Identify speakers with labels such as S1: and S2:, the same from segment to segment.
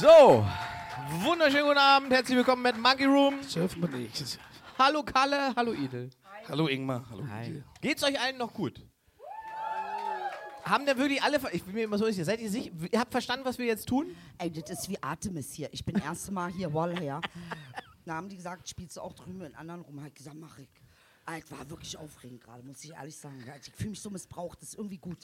S1: So, wunderschönen guten Abend, herzlich willkommen mit Monkey Room.
S2: Dürfen wir nicht.
S1: Hallo Kalle, hallo Idel.
S2: Hallo Ingmar. Hallo. Idil.
S1: Geht's euch allen noch gut? Haben denn wirklich alle, ver- ich bin mir immer so sicher, seid ihr sicher, ihr habt verstanden, was wir jetzt tun?
S3: Ey, das ist wie Artemis hier. Ich bin das erste Mal hier, Walla, ja. Da haben die gesagt, spielst du auch drüben in anderen rum? Hat gesagt, mach ich. Alter, war wirklich aufregend gerade, muss ich ehrlich sagen. Alter, Ich fühle mich so missbraucht, das ist irgendwie gut.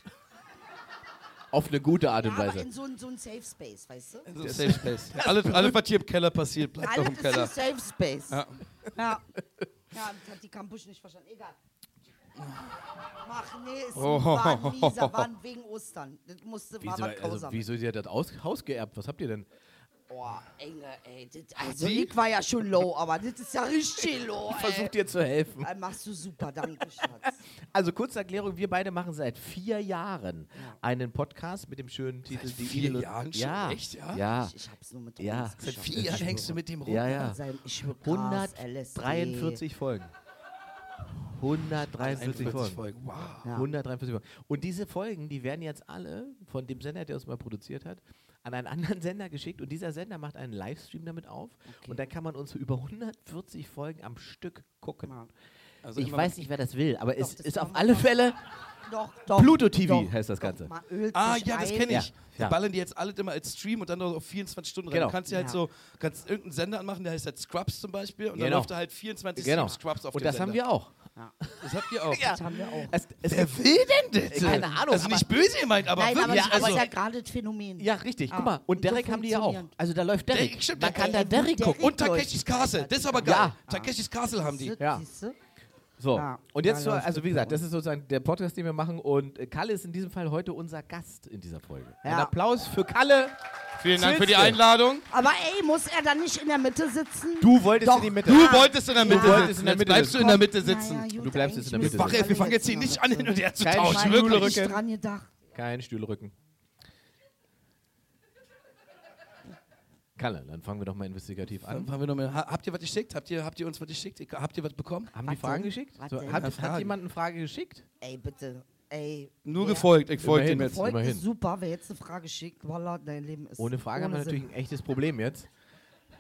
S1: Auf eine gute Art
S3: Ja, aber in so einem so ein Safe Space, weißt du?
S2: Das ist Safe Space. Alles, alles, was hier im Keller passiert, bleibt doch im
S3: Alles ist ein
S2: Keller.
S3: Safe Space. Ja.
S2: Ja.
S3: ja. das hat die Kampusch nicht verstanden. Egal. Mach, nee, ist
S2: Oh.
S3: war ein mieser Wand wegen Ostern. Das musste, war
S1: Wieso,
S3: was
S1: also,
S3: grausam.
S1: wieso ist ihr das aus, Haus geerbt? Was habt ihr denn?
S3: Boah, Engel, ey. Das, also, ich war ja schon low, aber das ist ja richtig low, ey.
S1: Versucht ihr zu helfen.
S3: Äh, Machst du super, danke, Schatz.
S1: Also kurze Erklärung, wir beide machen seit vier Jahren einen Podcast mit dem schönen Titel
S2: Seit
S1: Die
S2: vier
S1: und-
S2: Jahren schon?
S1: ja.
S2: Echt, ja?
S1: Ja,
S3: Ich, ich hab's nur mit
S1: Ah. Ja.
S3: Thomas
S2: Seit
S3: geschafft.
S2: vier Jahren hängst du mit dem rum.
S1: ja, ja.
S3: Sein- Ich schwöre, Gras, LSD.
S1: 143 Folgen. 143 Folgen.
S2: Folgen. Wow.
S3: Ja.
S1: 143 Folgen. Und diese Folgen, die werden jetzt alle von dem Sender, der uns mal produziert hat, an einen anderen Sender geschickt und dieser Sender macht einen Livestream damit auf und dann kann man uns über 140 Folgen am Stück gucken.
S3: Ja.
S2: Also
S1: ich
S2: immer-
S1: weiß nicht, wer das will, aber es
S3: Doch, das
S1: ist
S3: kann
S1: auf
S3: man
S1: alle
S3: machen.
S1: Fälle
S3: Doch, doch,
S1: Pluto TV
S3: doch,
S1: heißt das
S3: doch,
S1: Ganze.
S3: man ölt
S2: Ah,
S3: sich
S2: ja, das
S3: ein.
S2: kenne ich.
S1: Ja,
S2: Die
S1: ja.
S2: ballern die jetzt alle immer als Stream und dann noch auf 24 Stunden rein.
S1: Genau.
S2: Du kannst dir halt
S3: Ja.
S2: so, kannst irgendeinen Sender anmachen, der heißt halt Scrubs zum Beispiel. Und dann
S1: Genau.
S2: läuft da halt 24
S1: Genau.
S2: Scrubs auf
S1: und
S2: dem
S1: das
S2: Sender.
S1: haben wir auch.
S2: Das habt ihr auch.
S3: Das haben wir auch.
S1: Es, es,
S2: Wer will denn das?
S1: Keine Ahnung,
S2: Also nicht
S1: aber-
S2: böse gemeint, aber
S3: Nein, aber
S2: wirklich.
S3: das ist
S2: also,
S3: ja gerade das Phänomen.
S1: ja, richtig.
S3: Ah,
S1: Guck mal. Und
S3: und so
S1: Derek haben die ja auch.
S3: funktionieren.
S1: Also da läuft Derek.
S2: Derek, stimmt,
S1: Man
S2: Derek.
S1: kann da
S3: Ey,
S1: Derek
S3: wie
S1: gucken.
S3: Derek-
S1: Und,
S2: und Takeshis Castle, das ist aber geil.
S1: Ja.
S2: Takeshis Castle haben die.
S3: Siehst du?
S1: Ja.
S3: Siehst du?
S1: so.
S3: Ah,
S1: und jetzt,
S3: da
S1: so,
S3: läuft
S1: also
S3: es
S1: wie gesagt,
S3: bei
S1: das ist sozusagen der Podcast, den wir machen. Und äh, Kalle ist in diesem Fall heute unser Gast in dieser Folge. Ein
S3: Ja.
S1: Applaus für Kalle.
S2: Vielen
S1: Dank für die
S2: Einladung.
S3: Aber ey, muss er dann nicht in der Mitte sitzen?
S1: Du wolltest
S3: Doch.
S1: in die Mitte. Ah.
S2: Du wolltest in der Mitte
S1: wolltest
S2: sitzen.
S1: in der
S2: jetzt
S1: Mitte
S2: bleibst
S1: sitzen.
S2: du in der Mitte sitzen.
S3: Naja, gut,
S1: Du bleibst jetzt in der
S3: eigentlich
S1: Mitte
S2: Wach,
S3: müssen
S2: ey, wir
S3: alle
S2: fangen jetzt hier nicht an, hin und her zu
S1: Kein
S2: tauschen.
S1: Schwein,
S3: Mann, hab
S2: Wirklich.
S3: ich
S1: Rücken.
S3: dran gedacht.
S1: Kein Stühlrücken. Kalle, dann fangen wir doch mal investigativ an.
S2: Dann fangen wir noch mal- Ha- Habt ihr was geschickt? Habt ihr, habt ihr uns was geschickt? Ich- Habt ihr was bekommen?
S1: Haben
S3: Was
S1: die Fragen
S3: denn?
S1: geschickt?
S3: Was
S1: So,
S3: denn?
S1: hat,
S2: Ja,
S1: hat
S2: Fragen.
S1: jemand eine Frage geschickt?
S3: Ey, bitte. Ey.
S2: Nur
S3: wer
S2: gefolgt, ich folge
S1: Immerhin.
S2: dem jetzt.
S3: Folgt
S1: immerhin.
S3: ist super, wer jetzt eine Frage schickt, Walla, dein Leben ist
S1: Ohne Frage haben wir
S3: Sinn.
S1: natürlich ein echtes Problem jetzt.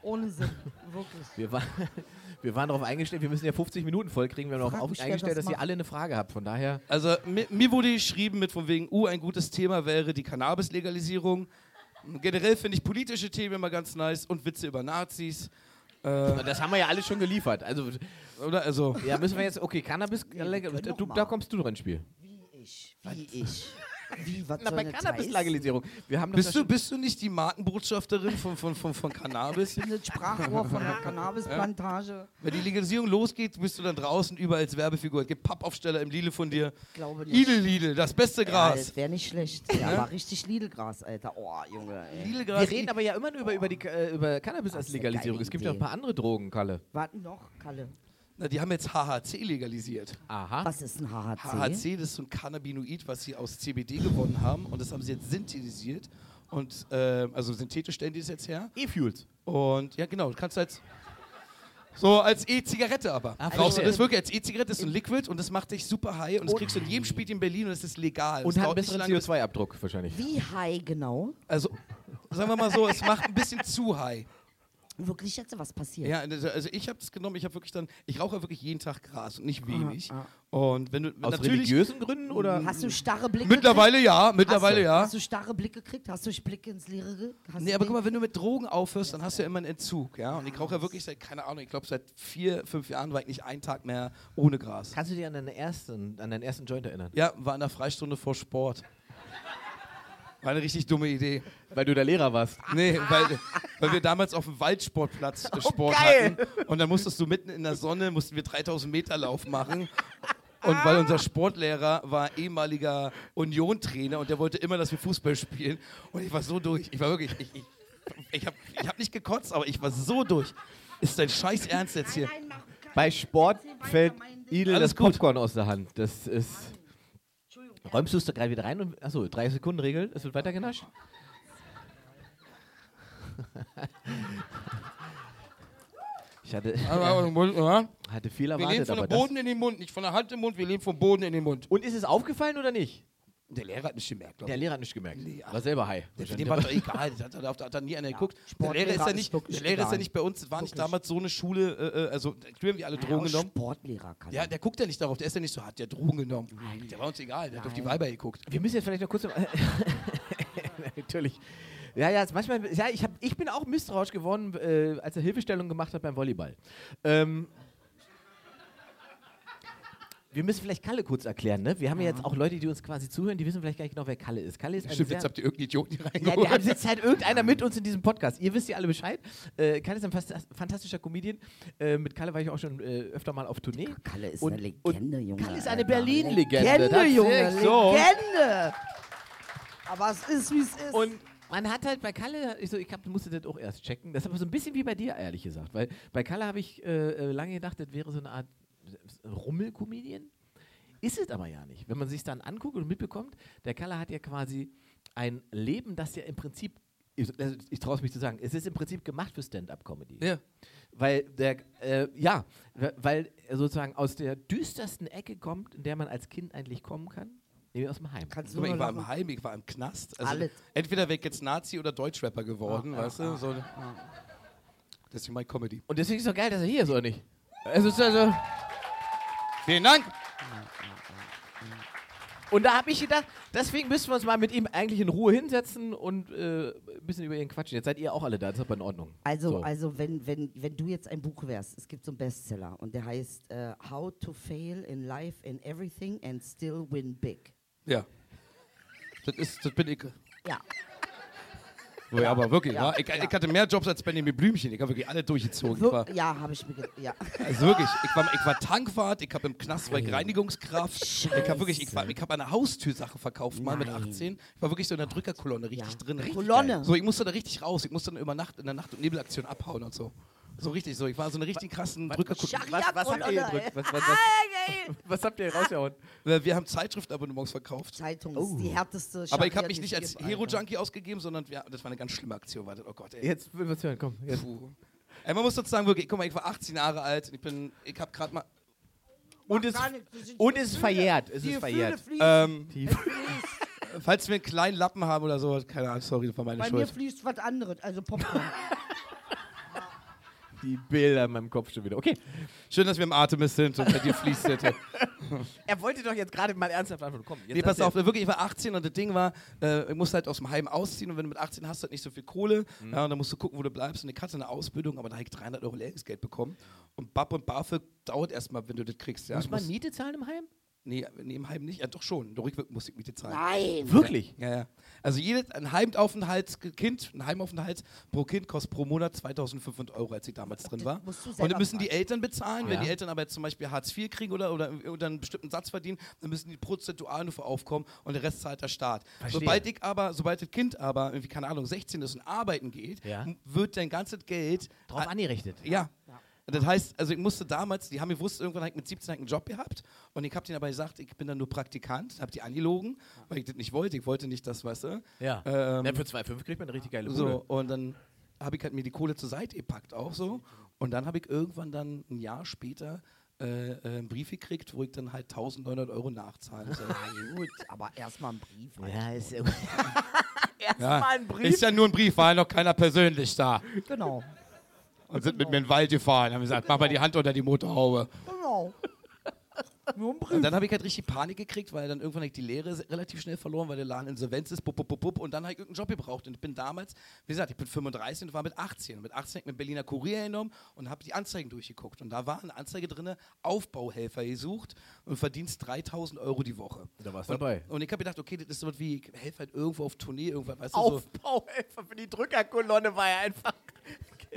S3: Ohne Sinn, wirklich.
S1: Wir, war, wir waren darauf eingestellt, wir müssen ja 50 Minuten voll kriegen. Wir haben
S3: Frag
S1: darauf
S3: mich, wer
S1: eingestellt,
S3: das
S1: dass ihr
S3: macht.
S1: alle eine Frage habt. Von daher.
S2: Also mir, mir wurde geschrieben mit von wegen, uh, ein gutes Thema wäre die Cannabis-Legalisierung. Generell finde ich politische Themen immer ganz nice und Witze über Nazis. Äh,
S1: Das haben wir ja alles schon geliefert. Also,
S2: oder also,
S1: ja, müssen wir jetzt. Okay, Cannabis.
S3: wir können doch
S1: du,
S3: mal.
S1: da kommst du doch ins Spiel.
S3: Wie ich, wie ich. Wie, was
S1: Na,
S3: soll
S1: bei
S3: das heißen?
S1: Cannabis-Legalisierung. Wir haben doch
S2: bist
S1: das
S2: du,
S1: schon-
S2: bist du nicht die Markenbotschafterin von, von, von, von Cannabis?
S3: Ich bin das Sprachrohr von der Cannabisplantage.
S2: Wenn die Legalisierung losgeht, bist du dann draußen überall als Werbefigur. Es gibt Pappaufsteller im Lidl von dir.
S3: Glaube nicht.
S2: Lidl, Lidl, das beste
S3: Ja,
S2: Gras.
S3: das wäre nicht schlecht.
S2: Ne?
S3: Ja, aber richtig Lidlgras, Alter. Oh, Junge, ey.
S2: Lidl
S1: wir
S2: Gras.
S1: reden aber ja immer nur über, über, die, äh, über Cannabis als
S3: ist eine
S1: Legalisierung.
S3: geile
S1: Es gibt ja noch ein
S3: Idee.
S1: paar andere Drogen, Kalle.
S3: Warten noch, Kalle.
S2: Na, die haben jetzt HHC legalisiert.
S1: Aha.
S3: Was ist ein HHC?
S2: HHC, das ist so ein Cannabinoid, was sie aus CBD gewonnen haben und das haben sie jetzt synthetisiert. Und äh, also synthetisch stellen die es jetzt her.
S1: E-Fuels.
S2: Und ja, genau, du kannst als so als E-Zigarette aber.
S1: Ah,
S2: Brauchst du
S1: verstehe.
S2: das wirklich als E-Zigarette? Das ist ein Liquid und das macht dich super high und das kriegst du in jedem Spiel in Berlin und das ist legal.
S1: Und
S2: das
S1: hat einen
S2: dauert nicht
S1: besseren
S2: lange, bis-
S1: CO2-Abdruck wahrscheinlich.
S3: Wie high genau?
S2: Also sagen wir mal so, es macht ein bisschen zu high.
S3: Wirklich jetzt, was passiert?
S2: Ja, also also ich habe das genommen, ich habe wirklich dann, ich rauche wirklich jeden Tag Gras und nicht wenig.
S3: ah.
S2: Und wenn du
S1: Aus
S2: natürlich
S1: religiösen Gründen oder?
S3: Hast du starre Blicke
S2: mittlerweile ja,
S3: gekriegt? Hast
S2: mittlerweile
S3: du,
S2: ja.
S3: Hast du starre Blicke gekriegt? Hast du Blicke ins Leere gekriegt?
S2: Nee, aber guck mal, wenn du mit Drogen aufhörst, dann hast du ja immer einen Entzug, ja. Und ich rauche ja wirklich seit, keine Ahnung, ich glaube seit vier, fünf Jahren war ich nicht einen Tag mehr ohne Gras.
S1: Kannst du dich an deinen ersten, an deinen ersten Joint erinnern?
S2: Ja, war in der Freistunde vor Sport. War eine richtig dumme Idee.
S1: Weil du der Lehrer warst.
S2: Nee, weil, weil wir damals auf dem Waldsportplatz äh, Sport
S1: geil.
S2: hatten. Und dann musstest du mitten in der Sonne, mussten wir 3000 Meter Lauf machen. Und weil unser Sportlehrer war ehemaliger Union-Trainer und der wollte immer, dass wir Fußball spielen. Und ich war so durch. Ich war wirklich, ich, ich, ich habe ich hab nicht gekotzt, aber ich war so durch. Ist dein Scheiß Ernst jetzt hier?
S3: Nein, mach kein-
S1: Bei Sport
S3: Erzähl weiter,
S1: fällt
S3: mein Ding.
S1: Idel
S2: Alles
S1: das
S2: gut.
S1: Popcorn aus der Hand. Das ist. Räumst du es da gerade wieder rein? Und, achso, drei Sekunden Regel, es wird weiter genascht. ich hatte, hatte viel
S2: Wir leben
S1: erwartet,
S2: von
S1: aber
S2: dem
S1: das.
S2: Boden in den Mund, nicht von der Hand im Mund, wir leben vom Boden in den Mund.
S1: Und ist es aufgefallen oder nicht?
S2: Der Lehrer hat nicht gemerkt, glaub
S1: Der
S2: ich.
S1: Lehrer hat nicht gemerkt.
S2: Nee, ach.
S1: War selber high.
S2: Der, dem war doch egal, das hat, da hat, hat da nie einer geguckt. Der Lehrer ist
S3: Sportlehrer
S2: ja
S3: ist
S2: nicht,
S3: wirklich
S2: der Lehrer ist ja
S3: egal.
S2: nicht bei uns, das war nicht
S3: Wirklich.
S2: damals so eine Schule, äh, äh, also da haben wir alle
S3: Naja,
S2: Drogen
S3: auch
S2: genommen.
S3: Sportlehrer kann
S2: Ja,
S3: er.
S2: der guckt ja nicht darauf, der ist ja nicht so, hat der Drogen genommen. Der war uns egal, der hat auf die
S3: Nein.
S2: Weiber geguckt.
S1: Wir müssen jetzt vielleicht noch kurz. Natürlich. Ja, ja, es ist manchmal, ja ich, hab, ich bin auch misstrauisch geworden, äh, als er Hilfestellung gemacht hat beim Volleyball. Ähm, wir müssen vielleicht Kalle kurz erklären, ne? Wir haben ja jetzt auch Leute, die uns quasi zuhören, die wissen vielleicht gar nicht genau, wer Kalle ist. Kalle ist ein
S2: Stimmt,
S1: sehr,
S2: jetzt habt ihr irgendeinen Idioten hier
S1: ja, der
S2: reingeholt.
S1: hat- sitzt halt irgendeiner mit uns in diesem Podcast. Ihr wisst ja alle Bescheid. Äh, Kalle ist ein fast- fantastischer Comedian. Äh, mit Kalle war ich auch schon äh, öfter mal auf Tournee.
S3: Kalle ist
S1: Und-
S3: eine
S1: und
S3: Legende, Junge.
S1: Kalle ist eine
S3: Alter.
S1: Berlin-Legende.
S3: Legende,
S1: tatsächlich.
S3: Junge,
S1: So.
S3: Legende. Aber es ist, wie es ist.
S1: Und man hat halt bei Kalle, ich, so, ich hab, musste das auch erst checken. Das ist aber so ein bisschen wie bei dir, ehrlich gesagt. Weil bei Kalle habe ich äh, äh, lange gedacht, das wäre so eine Art Rummel-Comedian. Ist es aber ja nicht. Wenn man sich dann anguckt und mitbekommt, der Kalle hat ja quasi ein Leben, das ja im Prinzip, ich, also ich traue es mich zu sagen, es ist im Prinzip gemacht für Stand-up-Comedy.
S2: Ja.
S1: Weil der, äh, ja, we- weil er sozusagen aus der düstersten Ecke kommt, in der man als Kind eigentlich kommen kann, nämlich aus dem Heim.
S3: Kannst du
S2: Guck mal,
S3: nur
S2: ich war
S3: lachen.
S2: im Heim, ich war im Knast. Also
S3: Alles.
S2: entweder wäre ich jetzt Nazi oder Deutschrapper geworden,
S3: Ah, ah,
S2: weißt du? So, das ist mein Comedy.
S1: Und deswegen ist es doch geil, dass er hier ist, oder nicht? Es ist also.
S2: Vielen Dank!
S1: Und da habe ich gedacht, deswegen müssen wir uns mal mit ihm eigentlich in Ruhe hinsetzen und äh, ein bisschen über ihn quatschen. Jetzt seid ihr auch alle da, das ist aber in Ordnung.
S3: Also,
S1: So.
S3: also wenn, wenn, wenn du jetzt ein Buch wärst, es gibt so einen Bestseller und der heißt äh, How to Fail in Life in Everything and Still Win Big.
S2: Ja. Das, ist, das bin ich.
S3: Ja,
S2: Ja, aber wirklich,
S3: Ja.
S2: wa? Ich, ich hatte mehr Jobs als Benjamin Blümchen. Ich habe wirklich alle durchgezogen. Ich
S3: so,
S2: war,
S3: ja habe ich mir gedacht. Ja.
S2: also wirklich, ich war, ich war Tankwart, ich habe im Knast war ich Reinigungskraft. Ich habe wirklich, ich, war, ich habe eine Haustürsache verkauft, mal mit
S3: Nein.
S2: 18. Ich war wirklich so in der Drückerkolonne richtig
S3: Ja.
S2: drin. Richtig
S3: Kolonne.
S2: geil. So, ich musste da richtig raus. Ich musste dann über Nacht in der Nacht- und Nebelaktion abhauen und so. So richtig so. Ich war so eine richtig krassen Drückerkolonne.
S1: was, was habt ihr
S3: Scharia-Kolonne,
S1: gedrückt?
S3: ey.
S1: Was, was, was, was habt ihr rausgehauen?
S2: Wir haben Zeitschriftabonnements verkauft.
S3: Zeitung ist
S1: Oh.
S3: die härteste
S2: Aber ich
S3: Scharia,
S2: habe mich
S3: die ne? es
S2: nicht als
S3: gibt, Alter.
S2: Hero-Junkie ausgegeben, sondern wir, das war eine ganz schlimme Aktion. Warte, oh Gott, ey.
S1: Jetzt will wir hören, komm. Jetzt.
S2: Puh. Ey, man muss sozusagen wirklich, guck mal, ich war 18 Jahre alt, ich bin, ich hab grad mal,
S1: Und es,
S3: Gar nicht, das sind
S1: und
S3: die
S1: es ist
S3: Gefühle.
S1: verjährt. Es
S3: Die
S1: ist
S3: Gefühle
S1: verjährt.
S3: fließen.
S2: ähm,
S1: Tief.
S2: falls wir einen kleinen Lappen haben oder so, keine Ahnung, sorry, das war meine
S3: Bei mir
S2: Schuld.
S3: fließt was anderes, also Popcorn.
S1: Die Bilder in meinem Kopf schon wieder. Okay.
S2: Schön, dass wir im Artemis sind und bei dir fließt das. hier.
S1: Er wollte doch jetzt gerade mal ernsthaft antworten. Komm, jetzt
S2: Nee, pass
S1: erzähl.
S2: auf, wirklich, ich war 18 und das Ding war, äh, ich musste halt aus dem Heim ausziehen und wenn du mit 18 hast, halt nicht so viel Kohle,
S1: Mhm.
S2: ja, und dann musst du gucken, wo du bleibst und ich hatte eine Ausbildung, aber da habe ich 300 Euro Lehrgeld bekommen und BAP und BAföG dauert erstmal, wenn du das kriegst. Ja.
S1: Muss
S2: Ich
S1: man Miete zahlen im Heim?
S2: nee, nee, im Heim nicht, ja doch schon, doch ich muss ich Miete zahlen.
S3: Nein.
S1: Wirklich?
S2: Ja, ja. Also jedes, ein Heimaufenthalt, Kind, ein Heimaufenthalt pro Kind kostet pro Monat 2500 Euro, als ich damals drin war.
S3: musst du
S2: Und
S3: selber
S2: dann müssen die
S3: tragen.
S2: Eltern bezahlen. Wenn
S1: Ja.
S2: die Eltern aber jetzt zum Beispiel Hartz IV kriegen oder, oder, oder einen bestimmten Satz verdienen, dann müssen die prozentual nur für aufkommen und der Rest zahlt der Staat.
S1: Verstehe.
S2: Sobald ich aber, sobald das Kind aber, irgendwie, keine Ahnung, 16 ist und arbeiten geht,
S1: Ja.
S2: m- wird dein ganzes Geld
S1: Drauf angerichtet.
S2: ja. Das heißt, also ich musste damals, die haben gewusst, irgendwann habe ich mit 17 einen Job gehabt und ich habe denen aber gesagt, ich bin dann nur Praktikant, habe die angelogen, weil ich das nicht wollte, ich wollte nicht das, weißt du.
S1: Ja.
S2: Ähm,
S1: Na, für 2,5 kriegt man eine richtig geile Bude.
S2: So, und dann habe ich halt mir die Kohle zur Seite gepackt auch so und dann habe ich irgendwann dann ein Jahr später äh, äh, einen Brief gekriegt, wo ich dann halt 1900 Euro nachzahlen soll.
S3: Na gut, aber erstmal ein Brief. Alter.
S1: Ja, ist
S2: ja.
S1: ein Brief.
S2: Ist ja nur ein Brief, war ja noch keiner persönlich da
S3: Genau.
S2: und sind
S1: genau.
S2: mit mir in den Wald gefahren, haben gesagt, mach mal die Hand unter die Motorhaube.
S3: Genau. Nur ein Brief.
S2: Und dann habe ich halt richtig Panik gekriegt, weil dann irgendwann hab ich die Lehre se- relativ schnell verloren, weil der Laden insolvenz ist, bup, bup, bup, bup. und dann habe ich irgendeinen Job gebraucht. Und ich bin damals, wie gesagt, ich bin 35 und war mit 18. Und mit 18 habe ich mir Berliner Kurier genommen und habe die Anzeigen durchgeguckt. Und da war eine Anzeige drin, Aufbauhelfer gesucht und verdienst 3000 Euro die Woche.
S1: Da warst
S2: und,
S1: dabei.
S2: Und ich habe gedacht, okay, das ist so was wie, ich helfe halt irgendwo auf Tournee, irgendwann, weißt du, so.
S1: Aufbauhelfer für die Drückerkolonne war er einfach.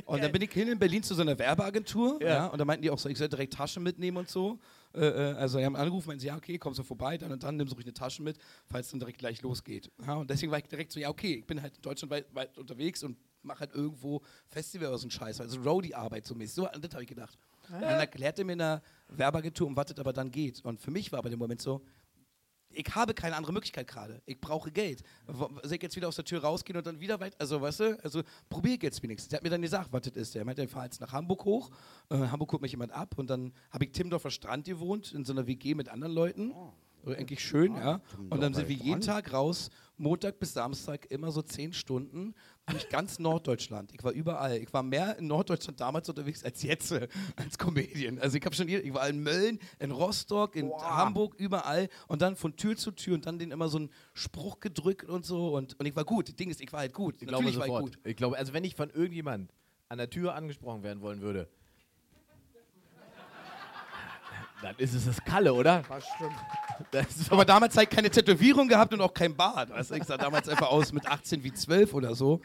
S2: Und dann bin ich hin in Berlin zu so einer Werbeagentur.
S1: Ja.
S2: Ja. und da meinten die auch so, ich soll direkt Taschen mitnehmen und so. Äh, äh, also, die haben angerufen, meinten sie, ja, okay, kommst du vorbei, dann und dann nimmst du ruhig eine Tasche mit, falls dann direkt gleich losgeht. Ja, und deswegen war ich direkt so, ja, okay, ich bin halt deutschlandweit weit unterwegs und mache halt irgendwo Festival aus dem Scheiß, also Roadie-Arbeit so mäßig. So, an das habe ich gedacht. Und dann erklärte mir eine Werbeagentur, um was das aber dann geht. Und für mich war bei dem Moment so, ich habe keine andere Möglichkeit gerade. Ich brauche Geld. Wo- Soll ich jetzt wieder aus der Tür rausgehen und dann wieder weit? Also, weißt du, also probier ich jetzt wenigstens. Der hat mir dann gesagt, was das ist. Der meinte, ich fahre jetzt nach Hamburg hoch. Äh, Hamburg holt mich jemand ab. Und dann habe ich Timdorfer Strand gewohnt, in so einer WG mit anderen Leuten. eigentlich schön, ja. Und dann sind wir
S3: halt
S2: jeden
S3: an.
S2: Tag raus, Montag bis Samstag immer so zehn Stunden durch ganz Norddeutschland. Ich war überall. Ich war mehr in Norddeutschland damals unterwegs als jetzt äh, als Comedian. Also ich habe schon, hier- ich war in Mölln, in Rostock, in Hamburg, überall und dann von Tür zu Tür und dann den immer so einen Spruch gedrückt und so und, und ich war gut. Das Ding ist, ich war halt gut.
S1: Ich glaube
S2: Natürlich war ich
S1: sofort.
S2: gut.
S1: Ich, glaube, also wenn ich von irgendjemand an der Tür angesprochen werden wollen würde, dann ist es das Kalle, oder? Das ist
S2: Aber damals halt keine Tätowierung gehabt und auch kein Bart. Weißt du, ich sah damals einfach aus mit 18 wie 12 oder so.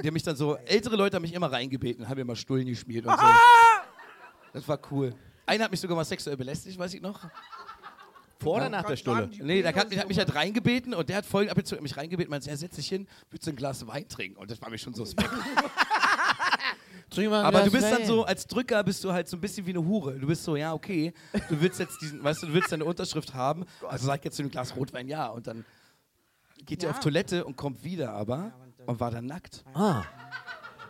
S2: Die haben mich dann so, ältere Leute haben mich immer reingebeten, haben mir mal Stullen gespielt und so. Das war cool. Einer hat mich sogar mal sexuell belästigt, weiß ich noch.
S1: vor oder nach der Stulle?
S2: Nee, der hat, der hat mich halt reingebeten und der hat folgenden Abzug hat mich reingebeten, meinte, ja, setz dich hin, willst du ein Glas Wein trinken? Und das war mir schon so suspekt. Aber du bist dann so, als Drücker bist du halt so ein bisschen wie eine Hure. Du bist so, ja, okay, du willst jetzt diesen, weißt du, du willst deine Unterschrift haben, also sag jetzt zu dem Glas Rotwein ja. Und dann geht ihr
S3: Ja.
S2: auf Toilette und kommt wieder aber und war dann nackt.
S1: Ah.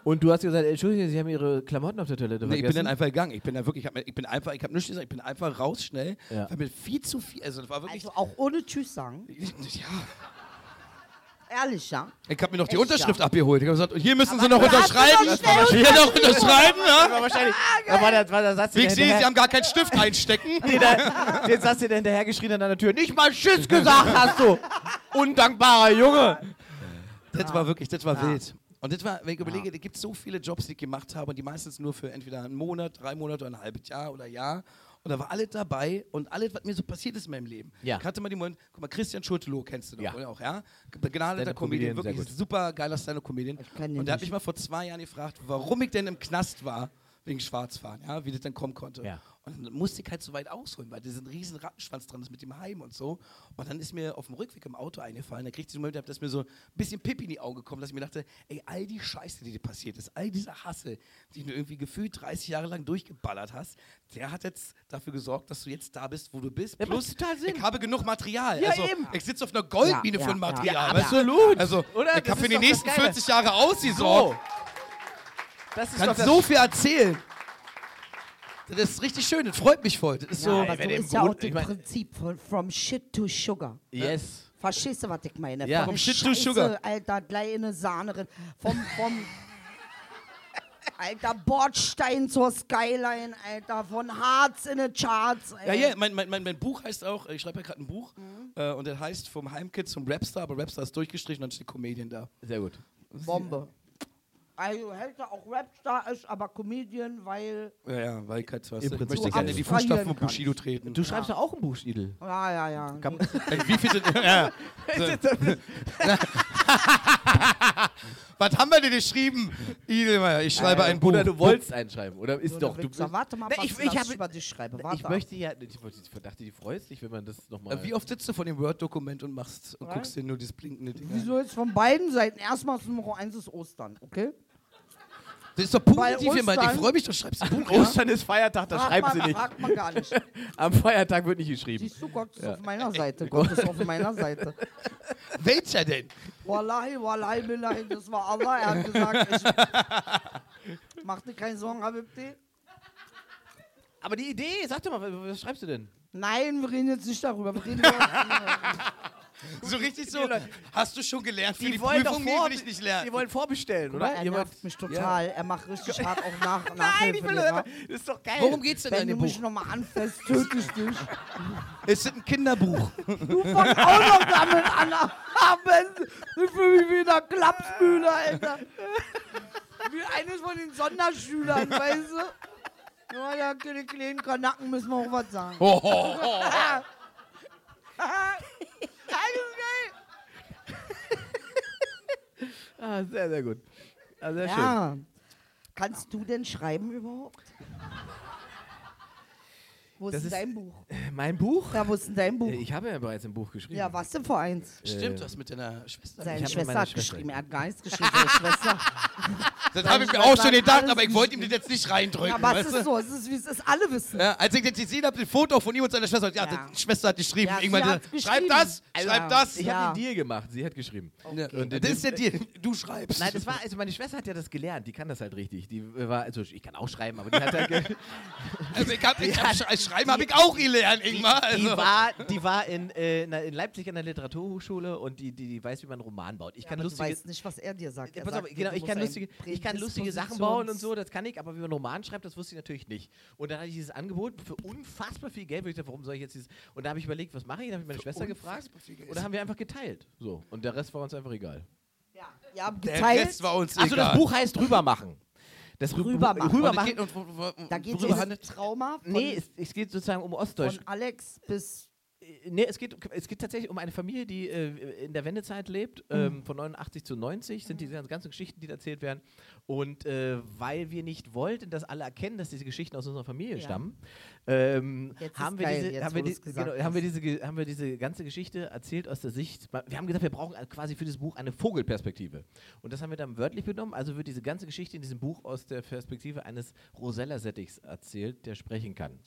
S1: Und du hast gesagt, entschuldigen Sie, Sie haben Ihre Klamotten auf der Toilette
S2: Nee, ich bin
S1: vergessen.
S2: dann einfach gegangen. Ich bin dann wirklich, ich, hab, mir- ich bin einfach, ich habe nichts gesagt, ich bin einfach raus schnell,
S1: Ja.
S2: weil mir viel zu viel, also das war wirklich,
S3: Also auch ohne Tschüss sagen.
S2: ja.
S3: Ehrlich, ja?
S2: Ich habe mir noch die
S3: Echt,
S2: Unterschrift
S3: ja?
S2: abgeholt. Ich habe gesagt, hier müssen Sie noch
S3: hast du
S2: unterschreiben.
S3: doch schnell
S2: Hier noch unterschreiben,
S1: Das war
S2: ja?
S1: wahrscheinlich, da war der, war der Satz,
S2: Wie
S1: den der
S2: ich sehe, Sie
S1: hinterher-
S2: haben gar keinen Stift einstecken.
S1: den der- den Satz, den der hinterher geschrien hat an der Tür. Nicht mal Schiss gesagt hast du! Undankbarer Junge!
S2: Das war wirklich, das war wild. Und das war, wenn ich überlege, es gibt so viele Jobs, die ich gemacht habe und die meistens nur für entweder einen Monat, drei Monate oder ein halbes Jahr oder Jahr. Und da war alles dabei und alles, was mir so passiert ist in meinem Leben.
S1: Ja.
S2: Ich hatte mal den Moment, guck mal, Christian Schurtelow kennst du doch,
S1: Ja.
S2: oder auch, ja? Begnadeter
S1: Stand-up-Comedian,
S2: Comedian,
S1: sehr
S2: wirklich
S1: gut.
S2: super geiler Stand-Up-Comedian.
S3: Ich kenn den
S2: Und der hat
S3: nicht.
S2: mich mal vor zwei Jahren gefragt, warum ich denn im Knast war wegen Schwarzfahren, ja? Wie das denn kommen konnte.
S1: Ja.
S2: Und dann musste ich halt so weit ausholen, weil da ist ein riesen Rattenschwanz dran ist mit dem Heim und so. Und dann ist mir auf dem Rückweg im Auto eingefallen, da kriegte ich so einen Moment, gehabt, dass mir so ein bisschen Pipi in die Augen gekommen, dass ich mir dachte, ey, all die Scheiße, die dir passiert ist, all dieser Hasse, die du irgendwie gefühlt 30 Jahre lang durchgeballert hast, der hat jetzt dafür gesorgt, dass du jetzt da bist, wo du bist.
S1: Ja, macht total Sinn.
S2: ich habe genug Material.
S1: Ja,
S2: also,
S1: eben.
S2: Ich sitze auf einer Goldmine
S3: Ja,
S2: von
S3: ja, ja.
S2: Material.
S1: Ja,
S2: weißt du?
S1: absolut.
S2: Also,
S1: Oder?
S2: ich
S1: Das
S2: habe
S1: ist
S2: für die
S1: doch das
S2: nächsten
S1: Geile.
S2: 40 Jahre ausgesorgt.
S1: So. Das ist
S2: Kann
S1: doch das
S2: so viel erzählen. Das ist richtig schön, das freut mich voll. Das ist so.
S3: ja, aber
S1: wenn
S3: so
S1: im
S3: ist ja
S1: Grund-
S3: auch das
S1: ich mein-
S3: Prinzip von from shit to sugar.
S1: Yes.
S3: Verstehst du, was ich meine?
S1: Ja.
S3: Vom
S1: Vom
S2: Shit to
S3: Scheiße,
S2: Sugar.
S3: Alter, gleich in eine Sahne rein. Vom, vom Alter, Bordstein zur Skyline, Alter. Von Harz in die Charts,
S2: Ja,
S3: Alter.
S2: ja, mein, mein, mein, mein Buch heißt auch, ich schreibe ja gerade ein Buch,
S3: Mhm.
S2: äh, und das heißt vom Heimkid zum Rapstar, aber Rapstar ist durchgestrichen, dann steht Comedian da.
S1: Sehr gut.
S3: Bombe. Also Helter auch Rapstar ist, aber Comedian, weil...
S2: Ja, ja, weil ich halt so
S1: Im
S2: Ich
S1: Prinzip
S2: möchte gerne in die Fußstapfen von
S3: abstrahieren kannst.
S2: Bushido treten.
S1: Du schreibst doch auch ein Buch, Idel.
S3: Ja, ja, ja.
S1: Kann-
S2: Äh, Wie viel sind, ja. Was haben wir denn geschrieben? Idelmeier, ich schreibe ein Buch.
S1: Oder du wolltest einschreiben, oder ist
S3: So
S1: doch
S3: eine
S1: du
S3: Wichser.
S1: bist-
S3: Warte mal,
S1: Na,
S3: was
S1: ich,
S3: ich,
S1: ich, hab,
S3: über dich schreibe. Warte
S1: ich möchte ja, ich wollte- ich dachte, die freut sich, wenn man das nochmal.
S2: Äh, Wie oft sitzt du vor dem Word-Dokument und machst und guckst dir nur dieses blinkende Ding an?
S3: Wieso jetzt von beiden Seiten? Erstmal ist Nummer eins ist Ostern, okay?
S2: Das ist doch
S3: Bei
S2: positiv, ich
S3: Ostern-
S2: freue mich, du schreibst ein Buch. Oh, ja?
S1: Ostern ist Feiertag, da
S3: Frag
S1: schreibt
S3: man,
S1: sie nicht.
S3: Fragt man gar nicht.
S1: Am Feiertag wird nicht geschrieben.
S3: Siehst du, Gott ist auf meiner Seite. Gott ist auf meiner Seite.
S2: Welcher denn?
S3: Wallahi, wallahi, billahi, das war Allah. Er hat gesagt, ich mach dir keine Sorgen, Habibti.
S1: Aber die Idee, sag doch mal, was schreibst du denn?
S3: Nein, wir reden jetzt nicht darüber. Wir reden über,
S2: So richtig so, hast du schon gelernt für die,
S1: wollen doch
S2: Prüfung? Nee,
S1: vor-
S2: will ich nicht lernen.
S1: Die wollen vorbestellen,
S3: oder?
S1: oder?
S3: ne? Er
S1: Ihr wollt-
S3: nervt mich total. Er macht richtig hart auch nach,
S1: Nein, ich
S3: Nachhilfe.
S1: will
S3: Lehrer.
S1: das ist doch geil.
S2: Worum geht's denn in
S3: Wenn du
S2: dem
S3: mich
S2: Buch?
S3: nochmal anfällst, töte ich dich.
S2: Es ist ein Kinderbuch.
S3: Du fang auch noch damit an. Abend. Ich fühle mich wie in einer Klapsmühle, Alter. Wie eines von den Sonderschülern, weißt du? Ja, ja, keine kleinen Kanacken müssen wir auch was sagen.
S1: Oh, Ah, sehr, sehr gut. Ah, sehr schön.
S3: Ja. Kannst du denn schreiben überhaupt? Wo ist
S1: Das
S3: denn
S1: ist-
S3: dein Buch?
S1: Mein Buch?
S3: Ja, wo ist denn dein Buch?
S1: Ich habe ja bereits ein Buch geschrieben.
S3: Ja, was denn für eins?
S2: Stimmt, du hast mit deiner Schwester.
S3: Seine
S1: mit
S3: Schwester
S1: meiner
S3: hat
S1: Schwester
S3: geschrieben, er hat gar nichts geschrieben. Seine Schwester.
S2: Das
S3: Seine
S2: habe ich mir
S3: Schwester
S2: auch schon
S3: hat
S2: gedacht,
S3: alles
S2: aber ich wollte ihm das jetzt nicht reindrücken.
S3: Ja, aber es
S2: weißt
S3: ist
S2: du?
S3: so, es ist wie es ist, alle wissen.
S2: ja, als ich das gesehen habe, das Foto von ihm und seiner Schwester, ja,
S3: Ja.
S2: die Schwester hat geschrieben.
S3: Ja, sie
S2: Irgendwann,
S3: hat's geschrieben.
S2: schreib das,
S3: Also,
S2: schreib das.
S1: Ich
S3: Ja.
S1: habe den Deal gemacht, sie hat geschrieben.
S2: Ja,
S1: Und
S2: Das ist der Deal. Du schreibst.
S1: Nein, das war, also meine Schwester hat ja das gelernt, die kann das halt richtig. Die war, also ich kann auch schreiben, aber die hat halt. ge-
S2: also ich, hab, ich, hab, ich schreiben habe ich auch gelernt, Ingmar.
S1: Die
S2: Also.
S1: war, die war in, äh, na- in Leipzig an der Literaturhochschule und die, die, die weiß, wie man einen Roman baut. Ich kann
S3: aber du
S1: lustige,
S3: weißt nicht, was er dir sagt.
S1: Ja,
S3: Er
S1: pass
S3: sagt,
S1: auf, genau,
S3: du
S1: ich kann,
S3: musst ein
S1: lustige, ich kann lustige Sachen bauen und so, das kann ich, aber wie man einen Roman schreibt, das wusste ich natürlich nicht. Und dann hatte ich dieses Angebot für unfassbar viel Geld. Und ich dachte, warum soll ich jetzt dieses. Und da habe ich überlegt, was mache ich? Dann habe ich meine Schwester gefragt.
S2: unfassbar viel Geld.
S1: Und dann haben wir einfach geteilt. So. Und der Rest war uns einfach egal.
S3: Ja, ja
S2: Der
S3: geteilt.
S2: Rest war uns
S1: Also das
S2: egal.
S1: Buch heißt Rübermachen. Das Rü-
S3: Rübermachen.
S2: Und es
S1: Rübermachen.
S2: geht uns- wo- wo-
S3: Da geht
S2: worüber
S3: es um
S2: handelt-
S3: Trauma von,
S1: Nee, es, es geht sozusagen um Ostdeutsch.
S3: von Alex bis
S1: Äh, Nee, es geht, es geht tatsächlich um eine Familie, die äh, in der Wendezeit lebt.
S3: Mhm.
S1: Ähm, von 89 zu 90 sind diese ganzen Geschichten, die da erzählt werden. Und äh, weil wir nicht wollten, dass alle erkennen, dass diese Geschichten aus unserer Familie
S3: Ja.
S1: stammen, ähm,
S3: Jetzt ist
S1: haben wir
S3: geil,
S1: diese-
S3: jetzt,
S1: haben
S3: wo
S1: wir
S3: du's
S1: die-
S3: gesagt
S1: genau, haben wir
S3: hast.
S1: diese ge- haben wir diese ganze Geschichte erzählt aus der Sicht. Wir haben gesagt, wir brauchen quasi für das Buch eine Vogelperspektive. Und das haben wir dann wörtlich genommen. Also wird diese ganze Geschichte in diesem Buch aus der Perspektive eines Rosella-Settichs erzählt, der sprechen kann.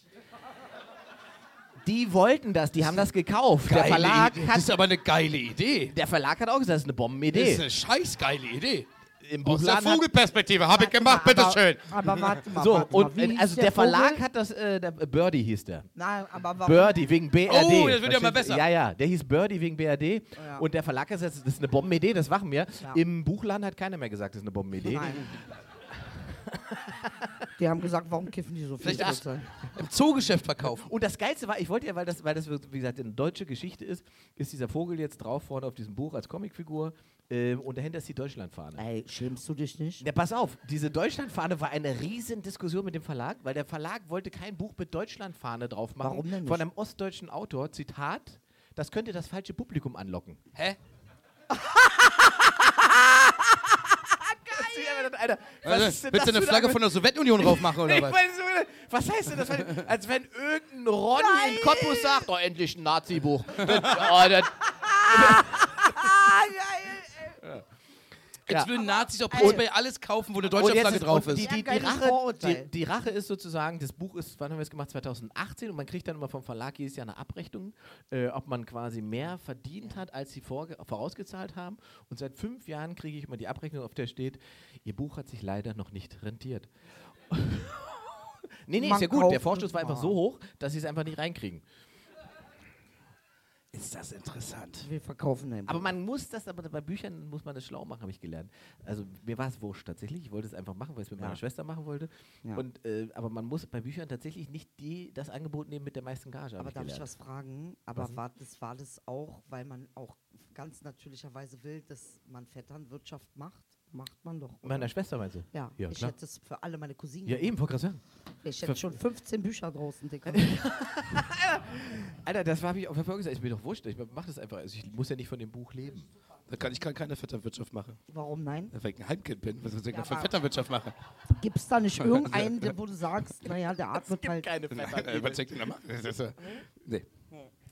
S1: Die wollten das, die haben das gekauft. Der
S2: Geile
S1: Verlag,
S2: Idee. Das ist
S1: hat,
S2: aber eine geile Idee.
S1: der Verlag hat auch gesagt, das ist eine
S2: Das ist
S1: Bombenidee.
S2: eine scheiß geile Idee.
S1: Im
S2: Aus der
S1: Buchladen hat-
S2: Vogelperspektive habe ich gemacht,
S3: aber,
S2: bitteschön.
S3: Aber warte mal.
S1: So,
S3: warte mal.
S1: und
S3: Wie
S1: äh,
S3: hieß
S1: also der Verlag
S3: Vogel?
S1: hat das, äh, der Birdie hieß der.
S3: Nein, aber warum?
S1: Birdie wegen BRD.
S2: Oh, das wird ja
S1: Verstehst
S2: mal
S1: du?
S2: besser.
S1: Ja, ja, der hieß Birdie wegen BRD.
S3: ja.
S1: Und der Verlag hat gesagt, das ist eine Bombenidee, das machen wir.
S3: Ja.
S1: Im Buchladen hat keiner mehr gesagt, das ist eine Bombenidee.
S3: Nein. Die haben gesagt, warum kiffen die so viel?
S2: Vielleicht das-
S3: Prozent?
S2: Im Zoogeschäft verkaufen.
S1: Und das Geilste war, ich wollte ja, weil das, weil das wie gesagt eine deutsche Geschichte ist, ist dieser Vogel jetzt drauf vorne auf diesem Buch als Comicfigur ähm, und dahinter ist die Deutschlandfahne.
S3: Ey, schämst du dich nicht?
S1: Ja, pass auf, diese Deutschlandfahne war eine riesen Diskussion mit dem Verlag, weil der Verlag wollte kein Buch mit Deutschlandfahne drauf machen.
S3: Warum denn nicht?
S1: Von einem ostdeutschen Autor, Zitat, das könnte das falsche Publikum anlocken.
S2: Hä?
S1: Alter,
S2: Also, willst du eine Flagge von der Sowjetunion draufmachen oder
S1: Ich
S2: was?
S1: weiß nicht, was heißt denn das? wenn- Als wenn irgendein Ronny in Cottbus sagt, oh, endlich ein Nazi-Buch. Das- oh, das- Ja.
S2: Jetzt würden Nazis auch prinzipiell alles kaufen, wo eine deutsche
S1: Und jetzt
S2: Flagge drauf
S1: und
S2: Äh, ist.
S1: Die, die, die,
S3: Geiles
S1: Rache,
S3: Vorurteil.
S1: die, die Rache ist sozusagen, das Buch ist, wann haben wir es gemacht? 2018 und man kriegt dann immer vom Verlag jedes Jahr eine Abrechnung, äh, ob man quasi mehr verdient hat, als sie vorge- vorausgezahlt haben. Und seit fünf Jahren kriege ich immer die Abrechnung, auf der steht, ihr Buch hat sich leider noch nicht rentiert. nee, nee,
S3: Man
S1: ist ja gut. Der
S3: kauft
S1: Vorschuss
S3: es
S1: war einfach
S3: mal.
S1: so hoch, dass sie es einfach nicht reinkriegen.
S2: Ist das interessant?
S3: Wir verkaufen den.
S1: Aber man muss das, aber bei Büchern muss man das schlau machen, habe ich gelernt. Also mir war es wurscht tatsächlich. Ich wollte es einfach machen, weil ich es mit meiner Schwester machen wollte.
S3: Ja.
S1: Und, äh, aber man muss bei Büchern tatsächlich nicht die, das Angebot nehmen mit der meisten Gage. hab
S3: Aber darf ich
S1: gelernt.
S3: was fragen? Aber war das, war das auch, weil man auch ganz natürlicherweise will, dass man Vetternwirtschaft macht? Macht man doch. oder?
S1: Meiner Schwester meinst du?
S3: ja,
S1: ja
S3: ich
S1: klar.
S3: hätte es für alle meine Cousinen.
S1: Ja, eben, wollte gerade sagen.
S3: Ich hätte schon 15 Bücher draußen, Digga.
S1: Alter, das habe ich auf der Folge gesagt. Ist mir doch wurscht. Ich mach das einfach. Also ich muss ja nicht von dem Buch leben.
S2: Da kann ich kann keine Vetternwirtschaft machen.
S3: Warum nein?
S2: Weil ich ein Heimkind bin. Was soll ich denn
S3: Ja,
S2: für
S3: aber-
S2: Vetternwirtschaft machen?
S3: Gibt es da nicht irgendeinen, der- wo du sagst, naja, der atmet halt.
S1: Keine
S2: Was soll ich denn da machen? Das ist, äh, nee.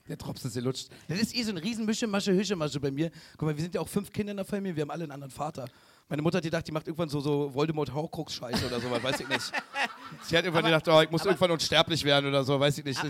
S2: Der Drops ist gelutscht. Das ist eh so ein riesen Mischemasche, Hischemasche bei mir. Guck mal, wir sind ja auch fünf Kinder in der Familie, wir haben alle einen anderen Vater. Meine Mutter hat gedacht, die macht irgendwann so, so Voldemort-Horcrux-Scheiße oder sowas, weiß ich nicht. Sie hat irgendwann gedacht, oh, ich muss irgendwann unsterblich werden oder so, weiß ich nicht.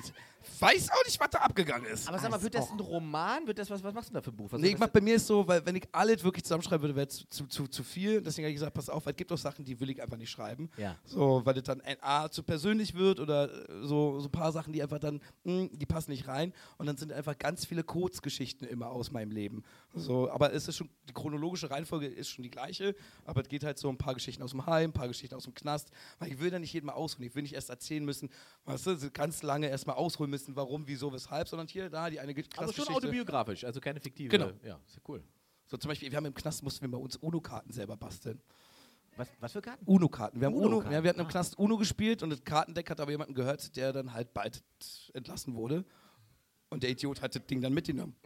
S2: Ich weiß auch nicht, was da abgegangen ist.
S1: Aber sag mal, wird das ein Roman? Wird das was, was machst du denn da für ein Buch? Was
S2: Nee,
S1: soll
S2: ich
S1: das
S2: mach, bei mir ist so, weil wenn ich alles wirklich zusammenschreiben würde, wäre es zu, zu, zu viel. Deswegen habe ich gesagt, pass auf, es gibt auch Sachen, die will ich einfach nicht schreiben.
S1: Ja.
S2: So, weil das dann ein A zu persönlich wird oder äh, so, so ein paar Sachen, die einfach dann, mh, die passen nicht rein. Und dann sind einfach ganz viele Kurzgeschichten immer aus meinem Leben. So, aber es ist schon, die chronologische Reihenfolge ist schon die gleiche, aber es geht halt so ein paar Geschichten aus dem Heim, ein paar Geschichten aus dem Knast. Weil ich will da nicht jeden Mal ausholen. Ich will nicht erst erzählen müssen, weißt du, so ganz lange erstmal ausholen müssen, warum, wieso, weshalb, sondern hier, da, die eine Ge-
S1: aber schon
S2: Knastgeschichte.
S1: autobiografisch, also keine fiktive.
S2: Genau.
S1: Ja, ist ja cool.
S2: So zum Beispiel, wir haben im Knast mussten wir bei uns UNO-Karten selber basteln.
S1: Was, was für Karten?
S2: UNO-Karten. Wir haben UNO,
S1: UNO-Karten,
S2: ja, wir hatten im
S1: ah.
S2: Knast UNO gespielt und das Kartendeck hat aber jemanden gehört, der dann halt bald entlassen wurde. Und der Idiot hat das Ding dann mitgenommen.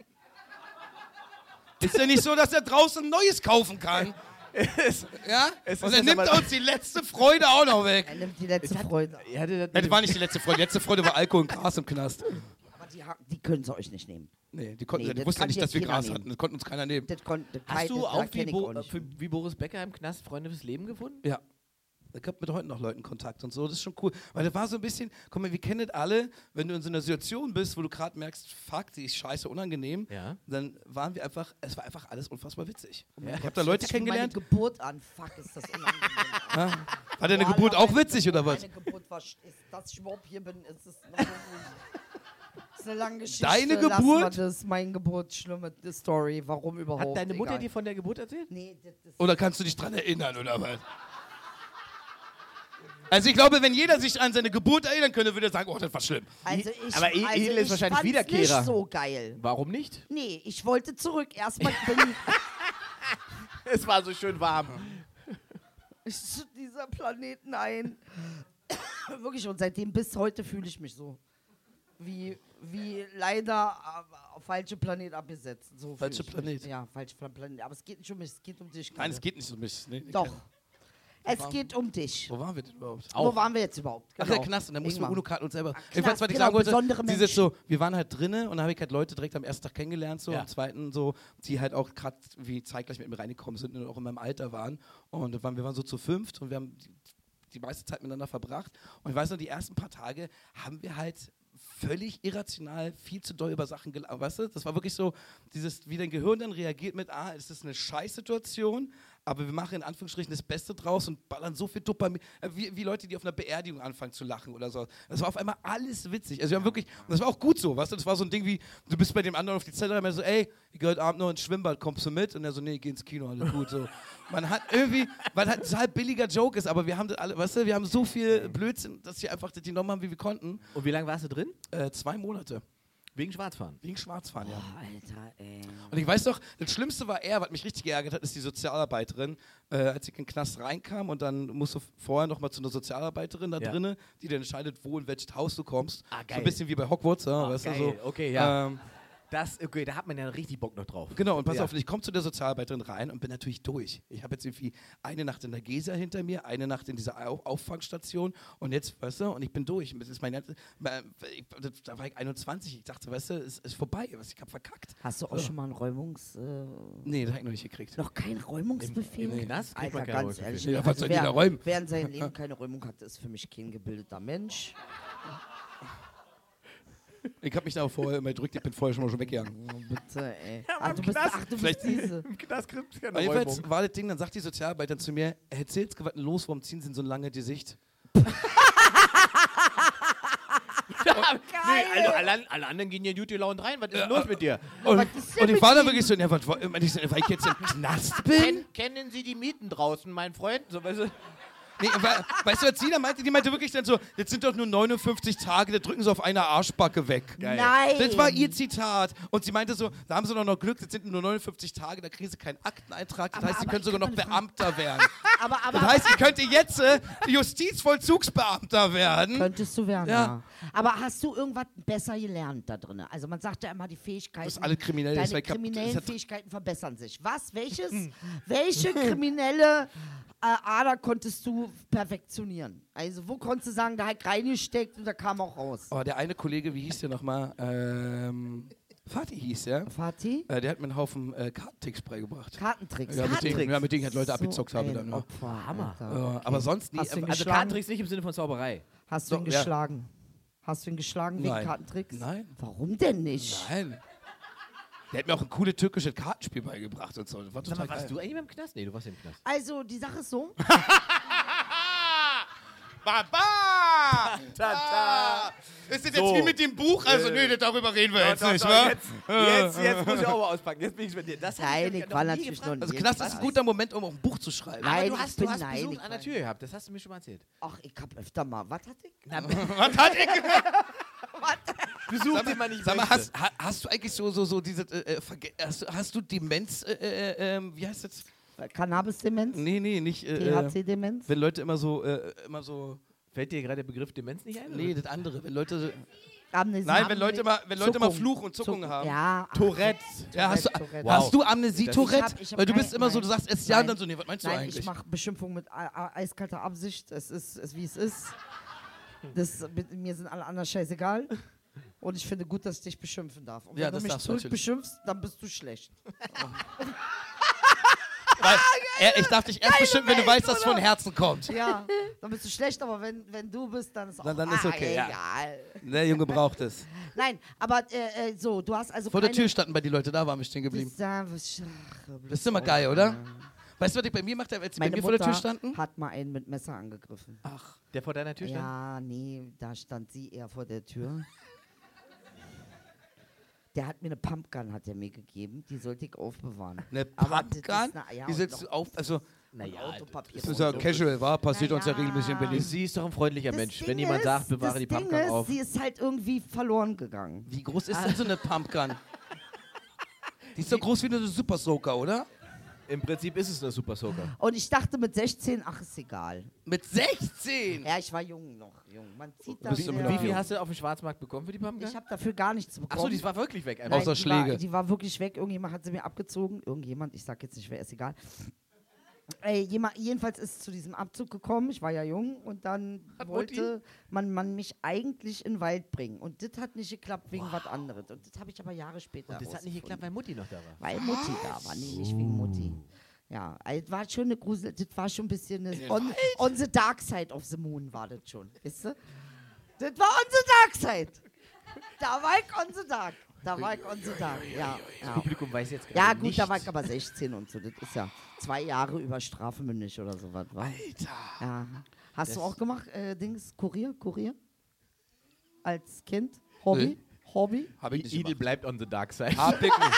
S2: Ist ja nicht so, dass er draußen Neues kaufen kann. ja?
S1: es
S2: und
S1: ist
S2: er
S1: jetzt
S2: nimmt
S1: aber-
S2: uns die letzte Freude auch noch
S3: Er
S2: weg.
S3: nimmt die letzte Freude.
S1: Ja, der-
S2: Ja, das war nicht die letzte Freude. Die letzte Freude war Alkohol und Gras im Knast.
S3: Aber die, ha- die können sie euch nicht nehmen.
S2: Nee, die, konnten,
S3: Nee,
S2: die
S3: das
S2: wussten ja
S3: kann
S2: nicht,
S3: jetzt
S2: dass wir
S3: jeder
S2: Gras
S3: nehmen.
S2: hatten. Das konnten uns keiner nehmen.
S3: Das kon, das
S1: Hast
S3: kei-
S1: du
S3: das
S1: ne? auch wie, äh,
S3: kenn ich
S1: Bo
S3: auch nicht.
S1: für, wie Boris Becker im Knast Freunde fürs Leben gefunden?
S2: Ja. Ich habe mit heute noch Leuten Kontakt und so, das ist schon cool. Weil das war so ein bisschen, komm mal, wir kennen das alle, wenn du in so einer Situation bist, wo du gerade merkst, fuck, die ist scheiße unangenehm,
S1: Ja.
S2: dann waren wir einfach, es war einfach alles unfassbar witzig.
S3: Oh mein
S2: Ich habe
S3: Gott,
S2: da
S3: das
S2: Leute
S3: hört sich wie
S2: kennengelernt.
S3: Meine Geburt an, fuck, ist das unangenehm.
S2: War deine
S3: Boah,
S2: Geburt
S3: Alter,
S2: auch witzig oder was?
S3: Meine Geburt war, sch- ist, dass ich überhaupt hier bin, ist es noch ist eine lange Geschichte.
S2: Deine
S3: lassen wir
S2: Geburt?
S3: Das meine Geburt, schlimme Story, warum überhaupt?
S1: Hat deine Mutter
S3: egal.
S1: dir von der Geburt erzählt?
S3: Nee, das ist...
S2: Oder kannst du dich dran erinnern oder was? Also ich glaube, wenn jeder sich an seine Geburt erinnern könnte, würde er sagen, oh, das war schlimm.
S3: Also ich,
S1: Aber E-
S3: also
S1: Edel ist
S3: ich
S1: wahrscheinlich
S3: fand's
S1: Wiederkehrer.
S3: nicht so geil.
S1: Warum nicht?
S3: Nee, ich wollte zurück. Erstmal bin
S1: Es war so schön warm.
S3: ich zu dieser Planeten ein. Wirklich, und seitdem bis heute fühle ich mich so. Wie, wie leider äh, auf falsche Planet abgesetzt. So fühl
S2: Falsche
S3: ich mich.
S2: Planet.
S3: Ja, falsche Pla- Planet. Aber es geht nicht um mich, es geht um dich.
S2: Nein,
S3: Karl.
S2: es geht nicht um mich. Nee,
S3: Doch. Es geht um dich.
S2: Wo waren wir denn überhaupt?
S1: Auch.
S3: Wo waren wir jetzt überhaupt?
S2: Ach, der Knast. Und dann mussten wir
S3: Irgendwann.
S2: UNO-Karten uns selber...
S3: Genau. Knast,
S2: Jedenfalls, was ich
S3: genau,
S2: sagen
S3: besondere
S2: wollte, sie sind
S3: Menschen.
S2: so, wir waren halt drinnen und dann habe ich halt Leute direkt am ersten Tag kennengelernt, so
S1: Ja.
S2: am zweiten so, die halt auch gerade wie zeitgleich mit mir reingekommen sind und auch in meinem Alter waren. Und da waren, wir waren so zu fünft und wir haben die, die meiste Zeit miteinander verbracht. Und ich weiß noch, die ersten paar Tage haben wir halt völlig irrational viel zu doll über Sachen gelabert. Weißt du, das war wirklich so, dieses, wie dein Gehirn dann reagiert mit, ah, es ist eine Scheißsituation, aber wir machen in Anführungsstrichen das Beste draus und ballern so viel Dopamin, äh, wie, wie Leute, die auf einer Beerdigung anfangen zu lachen oder so. Das war auf einmal alles witzig. Also wir haben wirklich, und das war auch gut so, weißt du, das war so ein Ding wie, du bist bei dem anderen auf die Zelle, und er so, ey, ihr gehört Abend noch ins Schwimmbad, kommst du mit? Und er so, nee, geh ins Kino, alles gut, so. Man hat irgendwie, weil halt ein halb billiger Joke ist, aber wir haben das alle, weißt du, wir haben so viel Blödsinn, dass wir einfach das genommen haben, wie wir konnten.
S1: Und wie lange warst du drin?
S2: Äh, zwei Monate.
S1: Wegen Schwarzfahren.
S2: Wegen Schwarzfahren, ja.
S3: Ah, Alter, ey.
S2: Und ich weiß doch, das Schlimmste war er, was mich richtig geärgert hat, ist die Sozialarbeiterin, äh, als ich in den Knast reinkam und dann musst du vorher nochmal zu einer Sozialarbeiterin da
S1: Ja.
S2: drinnen, die dann entscheidet, wo in welches Haus du kommst.
S1: Ah,
S2: So
S1: geil.
S2: ein bisschen wie bei Hogwarts, ja,
S1: Ah,
S2: weißt
S1: geil.
S2: du so.
S1: Okay, ja.
S2: Ähm,
S1: Das, okay, da hat man ja richtig Bock noch drauf.
S2: Genau, und pass
S1: Ja.
S2: auf, ich komme zu der Sozialarbeiterin rein und bin natürlich durch. Ich habe jetzt irgendwie eine Nacht in der Gesa hinter mir, eine Nacht in dieser Au Auffangstation und jetzt, weißt du, und ich bin durch. Das ist mein, mein- ich, da war ich 21, ich dachte, weißt du, es ist vorbei, was ich habe verkackt.
S3: Hast du auch schon mal einen Räumungs... Äh,
S2: Nee, das habe ich noch nicht gekriegt.
S3: noch keinen Räumungsbefehl?
S1: Im- im Knast kriegt
S3: Alter,
S1: man keinen
S3: ganz
S1: Räumungsbefehl.
S3: ehrlich. also
S2: Ja, was soll die
S3: wer,
S2: da räumen?
S3: wer in seinem Leben keine Räumung hat, ist für mich kein gebildeter Mensch.
S2: Ich habe mich da vorher immer gedrückt, ich bin vorher schon mal schon weggegangen.
S3: Oh, bitte, ey.
S1: Ja,
S3: ah,
S1: aber
S3: du bist,
S1: Knast-
S3: ach, du bist
S2: vielleicht-
S3: diese.
S1: Das kriegt keine
S2: Aber jedenfalls war das Ding, dann sagt die Sozialarbeiterin zu mir, Herr Zilzke, was denn los, warum ziehen Sie denn so lange die Sicht?
S1: Nee, alle, alle, alle anderen gehen ja in gute Laune rein. Was ist denn los mit dir?
S2: Und,
S3: was ist denn
S2: und ich
S3: mit
S2: war dann wirklich so, ja, was, wo- und ich so, weil ich jetzt im Knast bin?
S1: Ken, kennen Sie die Mieten draußen, mein Freund? So, weißt du?
S2: Nee, wa- weißt du, was sie da meinte? Die meinte wirklich dann so, das sind doch nur 59 Tage, da drücken sie auf einer Arschbacke weg.
S1: Geil.
S3: Nein!
S2: Das war ihr Zitat. Und sie meinte so, da haben sie doch noch Glück, das sind nur 59 Tage, da kriegen sie keinen Akteneintrag. Das
S3: Aber-
S2: heißt, sie
S3: aber
S2: können
S3: ich
S2: sogar noch
S3: kann mal eine
S2: Beamter werden.
S3: Aber, aber,
S2: Das heißt, sie könnte jetzt äh, Justizvollzugsbeamter werden.
S3: Könntest du werden,
S2: Ja.
S3: ja. Aber hast du irgendwas besser gelernt da drin? Also man sagt ja immer, die Fähigkeiten,
S2: Dass alle kriminell ist, weil
S3: deine
S2: ich hab-
S3: kriminellen
S2: das hat-
S3: Fähigkeiten verbessern sich. Was? Welches? welche kriminelle äh, Ader konntest du perfektionieren? Also wo konntest du sagen, da hat reingesteckt und da kam auch raus?
S2: Oh, der eine Kollege, wie hieß der nochmal? Ähm, Fatih hieß der.
S3: Fatih?
S2: Äh, der hat mir einen Haufen äh, Kartenticks beigebracht.
S3: Kartentricks.
S2: Ja, mit denen,
S1: Kartentricks?
S2: ja, mit denen ich halt Leute
S3: So
S2: abgezockt habe
S3: ein
S2: dann. Äh, Ja.
S3: Opfer,
S1: Hammer.
S2: Ja,
S3: Alter.
S2: Aber sonst nie.
S3: Hast du ihn
S1: Also
S2: Äh,
S3: geschlagen?
S1: Kartentricks nicht im Sinne von Zauberei.
S3: Hast du ihn
S2: So, ja.
S3: geschlagen? Hast du ihn geschlagen
S2: Nein.
S3: wegen Kartentricks?
S2: Nein.
S3: Warum denn nicht?
S2: nein. Der hat mir auch ein cooles türkisches Kartenspiel beigebracht und so. Das war
S1: Sag
S2: total
S1: mal, warst
S2: geil.
S1: du eigentlich im Knast? Nee, du warst im Knast.
S3: Also die Sache ist so.
S2: Baba! Ah!
S1: Tata!
S2: Ist das
S1: So.
S2: jetzt wie mit dem Buch? Also, nee, das- darüber reden wir jetzt nicht, ne? wa?
S1: jetzt, jetzt, jetzt muss ich auch mal auspacken. Jetzt bin ich mit dir. Das hab
S3: Nein,
S1: mich
S3: ich war
S1: nie
S3: natürlich
S1: gefragt.
S3: noch
S2: Also,
S3: nie
S2: Knast
S3: im
S2: ist ein
S3: Knast.
S2: guter Moment, um auch ein Buch zu schreiben.
S1: Aber
S3: Nein,
S1: du
S3: ich
S1: hast,
S3: bin
S1: du hast
S3: nein,
S1: Besuch
S3: ich
S1: an der
S3: war-
S1: Tür gehabt. Das hast du mir schon mal erzählt.
S3: Ach, ich hab öfter mal. Was hatte ich?
S2: Was hat er
S1: Besuch,
S2: Sag mal, sag mal hast, ha- hast du eigentlich so, so, so diese, äh, äh, verge- hast, du- hast du Demenz, äh, äh, ähm, wie heißt das?
S3: Äh, Cannabis-Demenz?
S2: Nee, nee, nicht, äh,
S3: THC-Demenz?
S2: wenn Leute immer so, äh, immer so,
S1: Fällt dir gerade der Begriff Demenz nicht ein?
S2: nee, das andere, wenn Leute, so,
S3: Amnesie?
S2: nein, wenn Leute immer, wenn Leute immer
S3: Zuckung.
S2: Fluch und Zuckungen
S3: Zuckung.
S2: haben.
S3: Ja. ach,
S2: Tourette. Ja, hast, du,
S3: Tourette.
S2: hast du Amnesie
S1: Das-
S2: Tourette?
S3: Ich hab- ich hab
S2: Weil du
S3: kein-
S2: bist immer so,
S3: nein.
S2: du sagst erst ja und
S3: Nein.
S2: dann so, nee, was meinst du
S3: Nein,
S2: eigentlich?
S3: ich mache Beschimpfung mit a- a- eiskalter Absicht. Es ist, es, wie es ist. Das, mit, mir sind alle anderen scheißegal. Und ich finde gut, dass ich dich beschimpfen darf. Und wenn
S2: Ja,
S3: du
S2: das
S3: mich
S2: darfst du
S3: zurück
S2: natürlich.
S3: beschimpfst, dann bist du schlecht.
S2: Weil, er, ich darf dich erst bestimmen, wenn du weißt, dass es von Herzen kommt.
S3: Ja, dann bist du schlecht, aber wenn, wenn du bist, dann ist auch
S2: Dann- dann ist
S3: ah,
S2: okay, ja.
S3: egal.
S2: Der Junge braucht es.
S3: Nein, aber äh, äh, so, du hast also
S2: Vor der
S3: keine-
S2: Tür standen bei die Leute, da waren wir stehen
S3: Das
S2: geblieben.
S3: ist, äh, was- ach,
S2: Das ist immer geil, oder? Weißt du, was ich bei mir gemacht habe, als sie bei
S3: Meine
S2: mir vor
S3: Mutter
S2: der Tür standen? Ah,
S3: hat mal einen mit Messer angegriffen.
S2: Ach,
S1: Der vor deiner Tür stand?
S3: Ja, nee, da stand sie eher vor der Tür. Der hat mir eine Pumpgun, hat er mir gegeben. Die sollte ich aufbewahren.
S2: eine
S3: Aber das ist
S2: Pumpgun?
S3: eine- ja,
S2: Die
S3: und
S2: setzt du
S3: noch
S2: auf, also,
S1: Naja,
S3: Autopapier.
S2: das ist ja casual, war, passiert uns ja
S3: Naja.
S2: regelmäßig in Berlin.
S1: Sie ist doch ein freundlicher
S3: Das
S1: Mensch.
S3: Ding
S1: Wenn jemand
S3: ist,
S1: sagt, bewahre
S3: das
S1: die
S3: Ding
S1: Pumpgun
S3: ist,
S1: auf.
S3: Sie ist halt irgendwie verloren gegangen.
S2: Wie groß ist denn so eine Pumpgun? Die ist so groß wie eine Super Soaker, oder?
S1: Im Prinzip ist es eine Super Soaker.
S3: Und ich dachte mit 16, ach, ist egal.
S2: Mit 16!
S3: Ja, ich war jung noch, jung. Man zieht da
S2: Bist du immer noch
S1: Wie viel
S2: jung.
S3: wieder.
S1: hast du auf dem Schwarzmarkt bekommen für die Pumpgun?
S3: Ich habe dafür gar nichts bekommen.
S1: Achso, die war wirklich weg.
S3: Nein,
S1: einfach.
S2: Außer
S3: die
S2: Schläge.
S3: War, die war wirklich weg. Irgendjemand hat sie mir abgezogen. Irgendjemand, ich sag jetzt nicht wer, ist egal. Ey, jema- jedenfalls ist es zu diesem Abzug gekommen. Ich war ja jung und dann wollte man, man mich eigentlich in den Wald bringen. Und das hat nicht geklappt wegen was anderes. Und das habe ich aber Jahre später.
S1: Und das hat nicht
S3: rausgefunden.
S1: geklappt, weil Mutti noch da war.
S3: Weil Mutti da war, nee, nicht wegen Mutti. Ja, also das war schon eine Grusel, das war schon ein bisschen eine on, on the dark side of the moon war das schon, weißt du? Das war on the dark side. Da war ich on the dark. Da war ich on the dark, ja. Ja,
S1: Publikum weiß jetzt
S3: ja
S1: gerade
S3: gut,
S1: nicht.
S3: da war ich aber 16 und so, das ist ja zwei Jahre über strafmündig oder sowas, wa?
S2: Alter!
S3: Ja. Hast du
S1: Das-
S3: auch gemacht, äh, Dings, Kurier, Kurier? Als Kind? Hobby?
S1: Äh.
S3: Hobby?
S2: Hab ich nicht
S1: Idel
S2: gemacht.
S1: bleibt on the dark side.
S2: Hab ich nicht.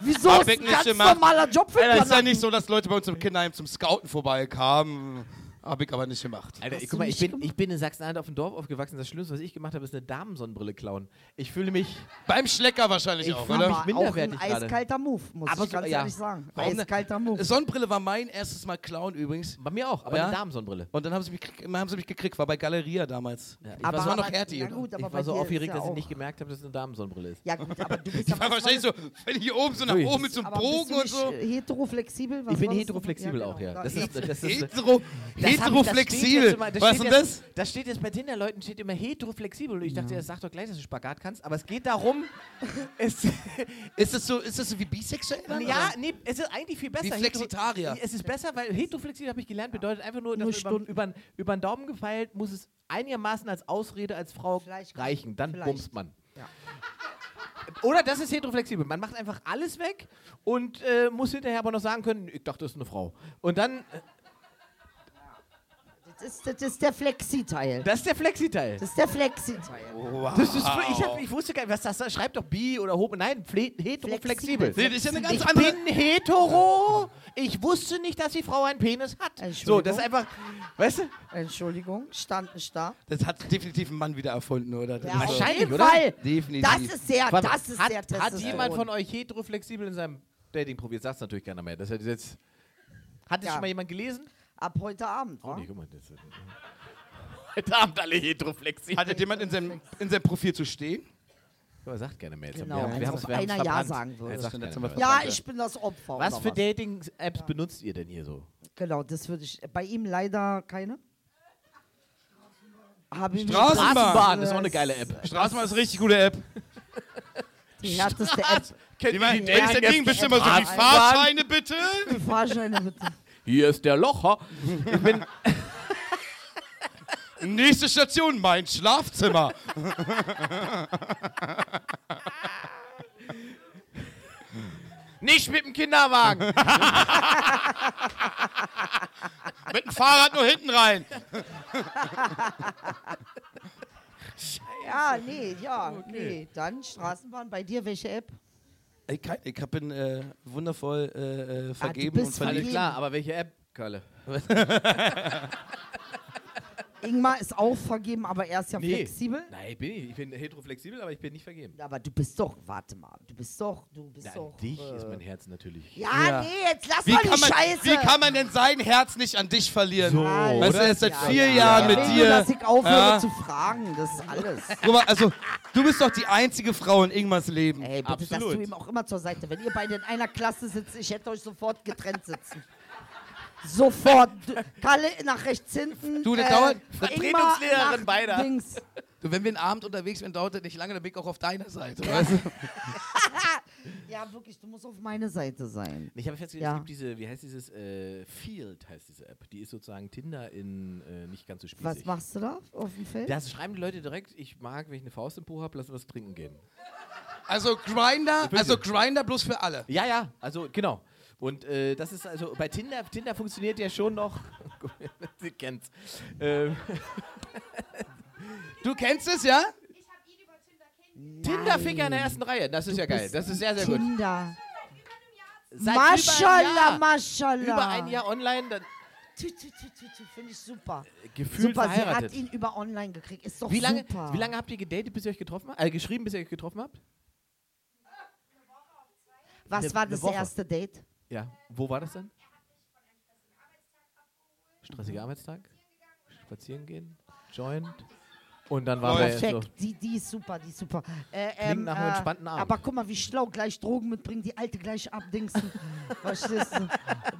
S3: Wieso?
S2: Hab
S3: ist
S2: ich
S3: ein
S2: nicht
S3: ganz
S2: gemacht.
S3: normaler Job für
S2: Alter, ist ja
S3: Kanaken.
S2: nicht so, dass Leute bei uns im Kinderheim zum Scouten vorbeikamen. Hab ich aber nicht gemacht.
S1: Alter,
S3: Hast
S1: ich,
S3: du
S1: guck mal, ich
S3: nicht
S1: bin,
S3: gemacht?
S1: ich bin in Sachsen-Anhalt auf dem Dorf aufgewachsen. Das Schlimmste, was ich gemacht habe, ist eine Damensonnenbrille klauen. Ich fühle mich.
S2: Beim Schlecker wahrscheinlich
S1: Ich
S2: auch,
S1: fahr
S2: oder?
S1: mal.
S3: Aber
S1: minderwertig
S3: auch ein
S1: gerade.
S3: eiskalter Move, muss
S1: Aber
S3: ich
S1: so-
S3: ganz
S1: ja.
S3: ehrlich sagen.
S2: Warum ne-
S3: eiskalter Move.
S2: Sonnenbrille war mein erstes Mal klauen übrigens.
S1: Bei mir auch, aber
S2: Ja?
S1: eine Damensonnenbrille.
S2: Und dann haben sie mich, gekriegt- haben sie mich gekriegt, war bei Galeria damals. ich
S3: Aber-
S2: war, das war noch
S3: aber-
S2: Hertie.
S3: na gut, aber
S1: Ich
S3: bei
S1: war so
S3: dir ist
S1: aufgeregt,
S3: ja
S1: dass ich
S3: auch-
S1: nicht gemerkt habe, dass es eine Damensonnenbrille ist.
S3: Ja gut, aber du bist
S2: Ich war wahrscheinlich so, wenn hier oben so nach
S1: Ui.
S2: oben mit so einem Bogen und so.
S3: äh, Heteroflexibel? Was
S1: Ich bin
S3: war das?
S1: heteroflexibel auch, ja.
S3: genau.
S1: Das ist, das ist,
S2: Hetero,
S1: Das hab ich- das steht jetzt
S2: heteroflexibel.
S1: immer- das
S2: Was ist
S1: steht
S2: denn
S1: jetzt-
S2: das?
S1: Das steht jetzt bei Tinder-Leuten, steht immer heteroflexibel. Und ich dachte, das sagt doch gleich, dass du Spagat kannst. Aber es geht darum, es,
S2: Ist das so, ist das so wie bisexuell? dann,
S1: ja,
S2: oder?
S1: nee, es ist eigentlich viel besser.
S2: Wie
S1: Hetero-
S2: Flexitarier.
S1: Es ist besser, weil heteroflexibel, habe ich gelernt, bedeutet einfach nur,
S3: Nur
S1: dass du über,
S3: Stunden.
S1: über, über den Daumen gefeilt, muss es einigermaßen als Ausrede als Frau
S3: Vielleicht-
S1: reichen. Dann
S3: vielleicht.
S1: bumst man.
S3: Ja.
S1: Oder das ist heteroflexibel. Man macht einfach alles weg und äh, muss hinterher aber noch sagen können, ich dachte, das ist eine Frau. Und dann, äh,
S3: Das ist, das ist der Flexi-Teil.
S1: das ist der Flexiteil.
S3: Das ist der Flexi-Teil.
S1: Das ist, ich, hab, ich wusste gar nicht, was das da schreibt doch bi oder hob. Nein, fle- heteroflexibel.
S2: Nee, das ist ja eine ganz
S1: Ich
S2: andere.
S1: bin hetero. Ich wusste nicht, dass die Frau einen Penis hat. So,
S3: Also, Entschuldigung.
S1: das ist einfach, weißt du?
S3: Entschuldigung, stand nicht da.
S2: Das hat definitiv ein Mann wieder erfunden, oder? Das
S3: Ja,
S2: ist so-
S1: Wahrscheinlich,
S3: auf jeden
S1: oder?
S3: Fall.
S2: Definitiv.
S3: Das ist sehr,
S1: Warte mal,
S3: das ist
S1: hat,
S3: sehr
S1: Hat
S3: Testosteron.
S1: jemand von euch heteroflexibel in seinem Dating probiert? Sagt natürlich keiner mehr. Das ist ja jetzt, hat das
S3: Ja.
S1: schon mal jemand gelesen?
S3: Ab heute Abend, ne? wa?
S1: guck mal. Das, Heute Abend alle heteroflexibel.
S2: Hat das jemand in seinem, in seinem Profil zu stehen?
S1: Aber sagt keiner mehr. Jetzt
S3: Genau,
S1: haben wir, wir
S3: als
S1: haben's-
S3: ob
S1: wir haben's
S3: einer Ja
S1: verbrannt.
S3: sagen würde.
S1: Jetzt sagt
S2: Das
S1: keiner
S2: haben
S1: mehr.
S2: wir
S3: Ja,
S2: Verwandte.
S3: ich bin das Opfer.
S1: Was
S3: oder
S1: für Dating-Apps benutzt ihr denn hier so?
S3: Genau, das würde ich. Bei ihm leider keine. Hab ich
S2: Straßenbahn.
S1: Straßenbahn ist auch eine geile App.
S2: Straßenbahn ist eine richtig gute App.
S3: Die härteste App.
S2: Die meinen,
S3: die Dating-App?
S2: Dating-App bestimmt immer so, die
S1: Straßenbahn.
S2: Fahrscheine bitte.
S3: Fahrscheine bitte.
S1: Hier ist der Locher.
S2: Nächste Station, mein Schlafzimmer.
S1: Nicht mit dem Kinderwagen.
S2: Mit dem Fahrrad nur hinten rein.
S3: Ja, nee, ja, nee. Dann Straßenbahn. Bei dir welche App?
S2: Ich, kann- ich hab bin äh, wundervoll
S1: Ah,
S2: äh, äh, vergeben
S3: bist
S2: und
S1: Alles
S2: verliebt.
S1: klar, aber welche App, Kalle?
S3: Ingmar ist auch vergeben, aber er ist ja flexibel.
S1: Nein, bin ich. Ich bin heteroflexibel, aber ich bin nicht vergeben.
S3: Aber du bist doch, warte mal, du bist doch, du bist
S1: An
S3: doch.
S1: dich
S3: äh,
S1: ist mein Herz natürlich.
S3: ja,
S2: Ja.
S3: nee, jetzt lass
S2: Wie
S3: mal die
S2: kann, man,
S3: Scheiße.
S2: wie kann man denn sein Herz nicht an dich verlieren?
S1: So,
S2: weißt du,
S1: oder?
S2: er ist seit
S3: Ja,
S2: vier
S3: ja,
S2: Jahren
S3: ja.
S2: mit
S3: Ich will
S2: dir. äh?
S3: nur, dass ich aufhöre
S2: Ja.
S3: zu fragen, das ist alles.
S2: Guck mal, also, du bist doch die einzige Frau in Ingmars Leben.
S3: Ey, bitte, dass
S1: Absolut.
S3: du ihm auch immer zur Seite. Wenn ihr beide in einer Klasse sitzt, ich hätte euch sofort getrennt sitzen. Sofort. Du, Kalle nach rechts hinten.
S2: Du, das dauert-
S3: Ingmar
S1: Vertretungslehrerin
S3: nach
S1: beider.
S3: Links.
S2: Du, wenn wir einen Abend unterwegs sind, dauert das nicht lange, dann bin ich auch auf deiner Seite. Weißt du?
S3: ja, wirklich, du musst auf meine Seite sein.
S1: Ich habe festgestellt, es
S3: Ja.
S1: gibt diese, wie heißt dieses, äh, Field heißt diese App. Die ist sozusagen Tinder in äh, nicht ganz so spießig.
S3: Was machst du da auf dem Feld?
S1: Das schreiben die Leute direkt, ich mag, wenn ich eine Faust im Po habe, lass uns was trinken gehen.
S2: Also Grinder,
S1: Bitte.
S2: also Grinder bloß für alle.
S1: Ja, ja, also genau. Und äh, das ist also bei Tinder, Tinder funktioniert ja schon noch. Sie kennt's. Ähm,
S2: Du kennst es, ja?
S4: Ich habe ihn über Tinder kennengelernt.
S1: Tinderficker in der ersten Reihe, das ist ja geil.
S3: bist
S1: Das ist sehr, sehr gut.
S3: Tinder.
S4: Seit über einem Jahr
S1: Seit
S3: Maschallah,
S1: über ein Jahr,
S3: Maschallah.
S1: über ein Jahr online, dann,
S3: Tü, tü, tü, tü, tü, Finde ich super.
S1: äh, gefühlt
S3: super, sie hat
S1: verheiratet.
S3: ihn über online gekriegt. Ist doch
S1: Wie lange,
S3: super.
S1: wie lange habt ihr gedatet, bis ihr euch getroffen habt? Äh, geschrieben, bis ihr euch getroffen habt?
S3: Was
S1: Eine-
S3: war
S1: eine
S3: das
S1: Woche.
S3: erste Date?
S1: Ja. Wo war das dann? Stressiger Arbeitstag? Spazieren gehen? Joint? Und dann war wir so.
S3: Perfekt, die, die ist super, die ist super. Äh, ähm,
S1: nach einem
S3: äh,
S1: entspannten Abend.
S3: Aber guck mal, wie schlau, gleich Drogen mitbringen, die alte gleich abdingsen. Verstehst du?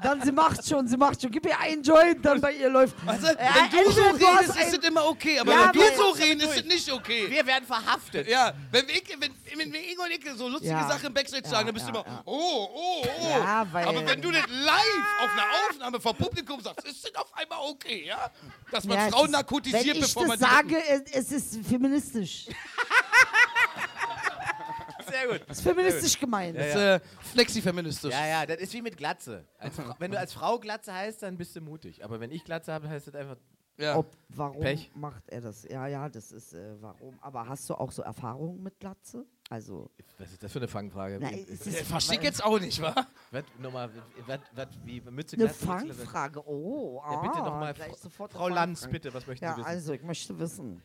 S3: Dann sie macht schon, sie macht schon. Gib ihr einen Joint, dann bei ihr läuft.
S2: Also,
S3: Äh,
S2: wenn du so
S3: entweder du hast
S2: redest, ist
S3: ein-
S2: es immer okay, aber
S3: Ja,
S2: wenn
S3: weil-
S2: du so redest, ist es nicht okay.
S1: Wir werden verhaftet.
S2: Ja, wenn wir, wenn, wenn wir Ingo und Icke so lustige
S3: Ja.
S2: Sachen im Backstage
S3: Ja,
S2: sagen, dann bist
S3: ja,
S2: du immer,
S3: ja.
S2: oh, oh, oh.
S3: Ja, weil-
S2: Aber wenn du das live auf einer Aufnahme vor Publikum sagst, ist das auf einmal okay, ja? Dass man
S3: Ja, es
S2: Frauen
S3: ist-
S2: narkotisiert,
S3: Wenn ich
S2: bevor man
S3: das sage, es- es ist feministisch.
S1: Sehr gut.
S3: Es ist feministisch gemeint.
S2: Das ist äh, flexi-feministisch.
S1: Ja, ja, das ist wie mit Glatze. Als Fra- wenn du als Frau Glatze heißt, dann bist du mutig. Aber wenn ich Glatze habe, heißt das einfach.
S2: Ja.
S3: Ob, warum
S1: Pech.
S3: macht er das? Ja, ja, das ist äh, warum. Aber hast du auch so Erfahrungen mit Glatze? Also,
S1: Was ist das für eine Fangfrage?
S3: na, es
S2: Äh,
S3: ist
S2: Versteck jetzt auch nicht, wa?
S1: Was, nochmal, was, was, wie, Mütze
S3: eine
S1: Glatze, Mütze Glatze?
S3: Fangfrage. Oh,
S1: Ja, bitte
S3: ah,
S1: nochmal,
S3: gleich
S1: Frau,
S3: sofort
S1: Frau
S3: eine
S1: Lanz,
S3: Fangfrage.
S1: bitte, was möchten
S3: Ja,
S1: Sie wissen?
S3: also ich möchte wissen.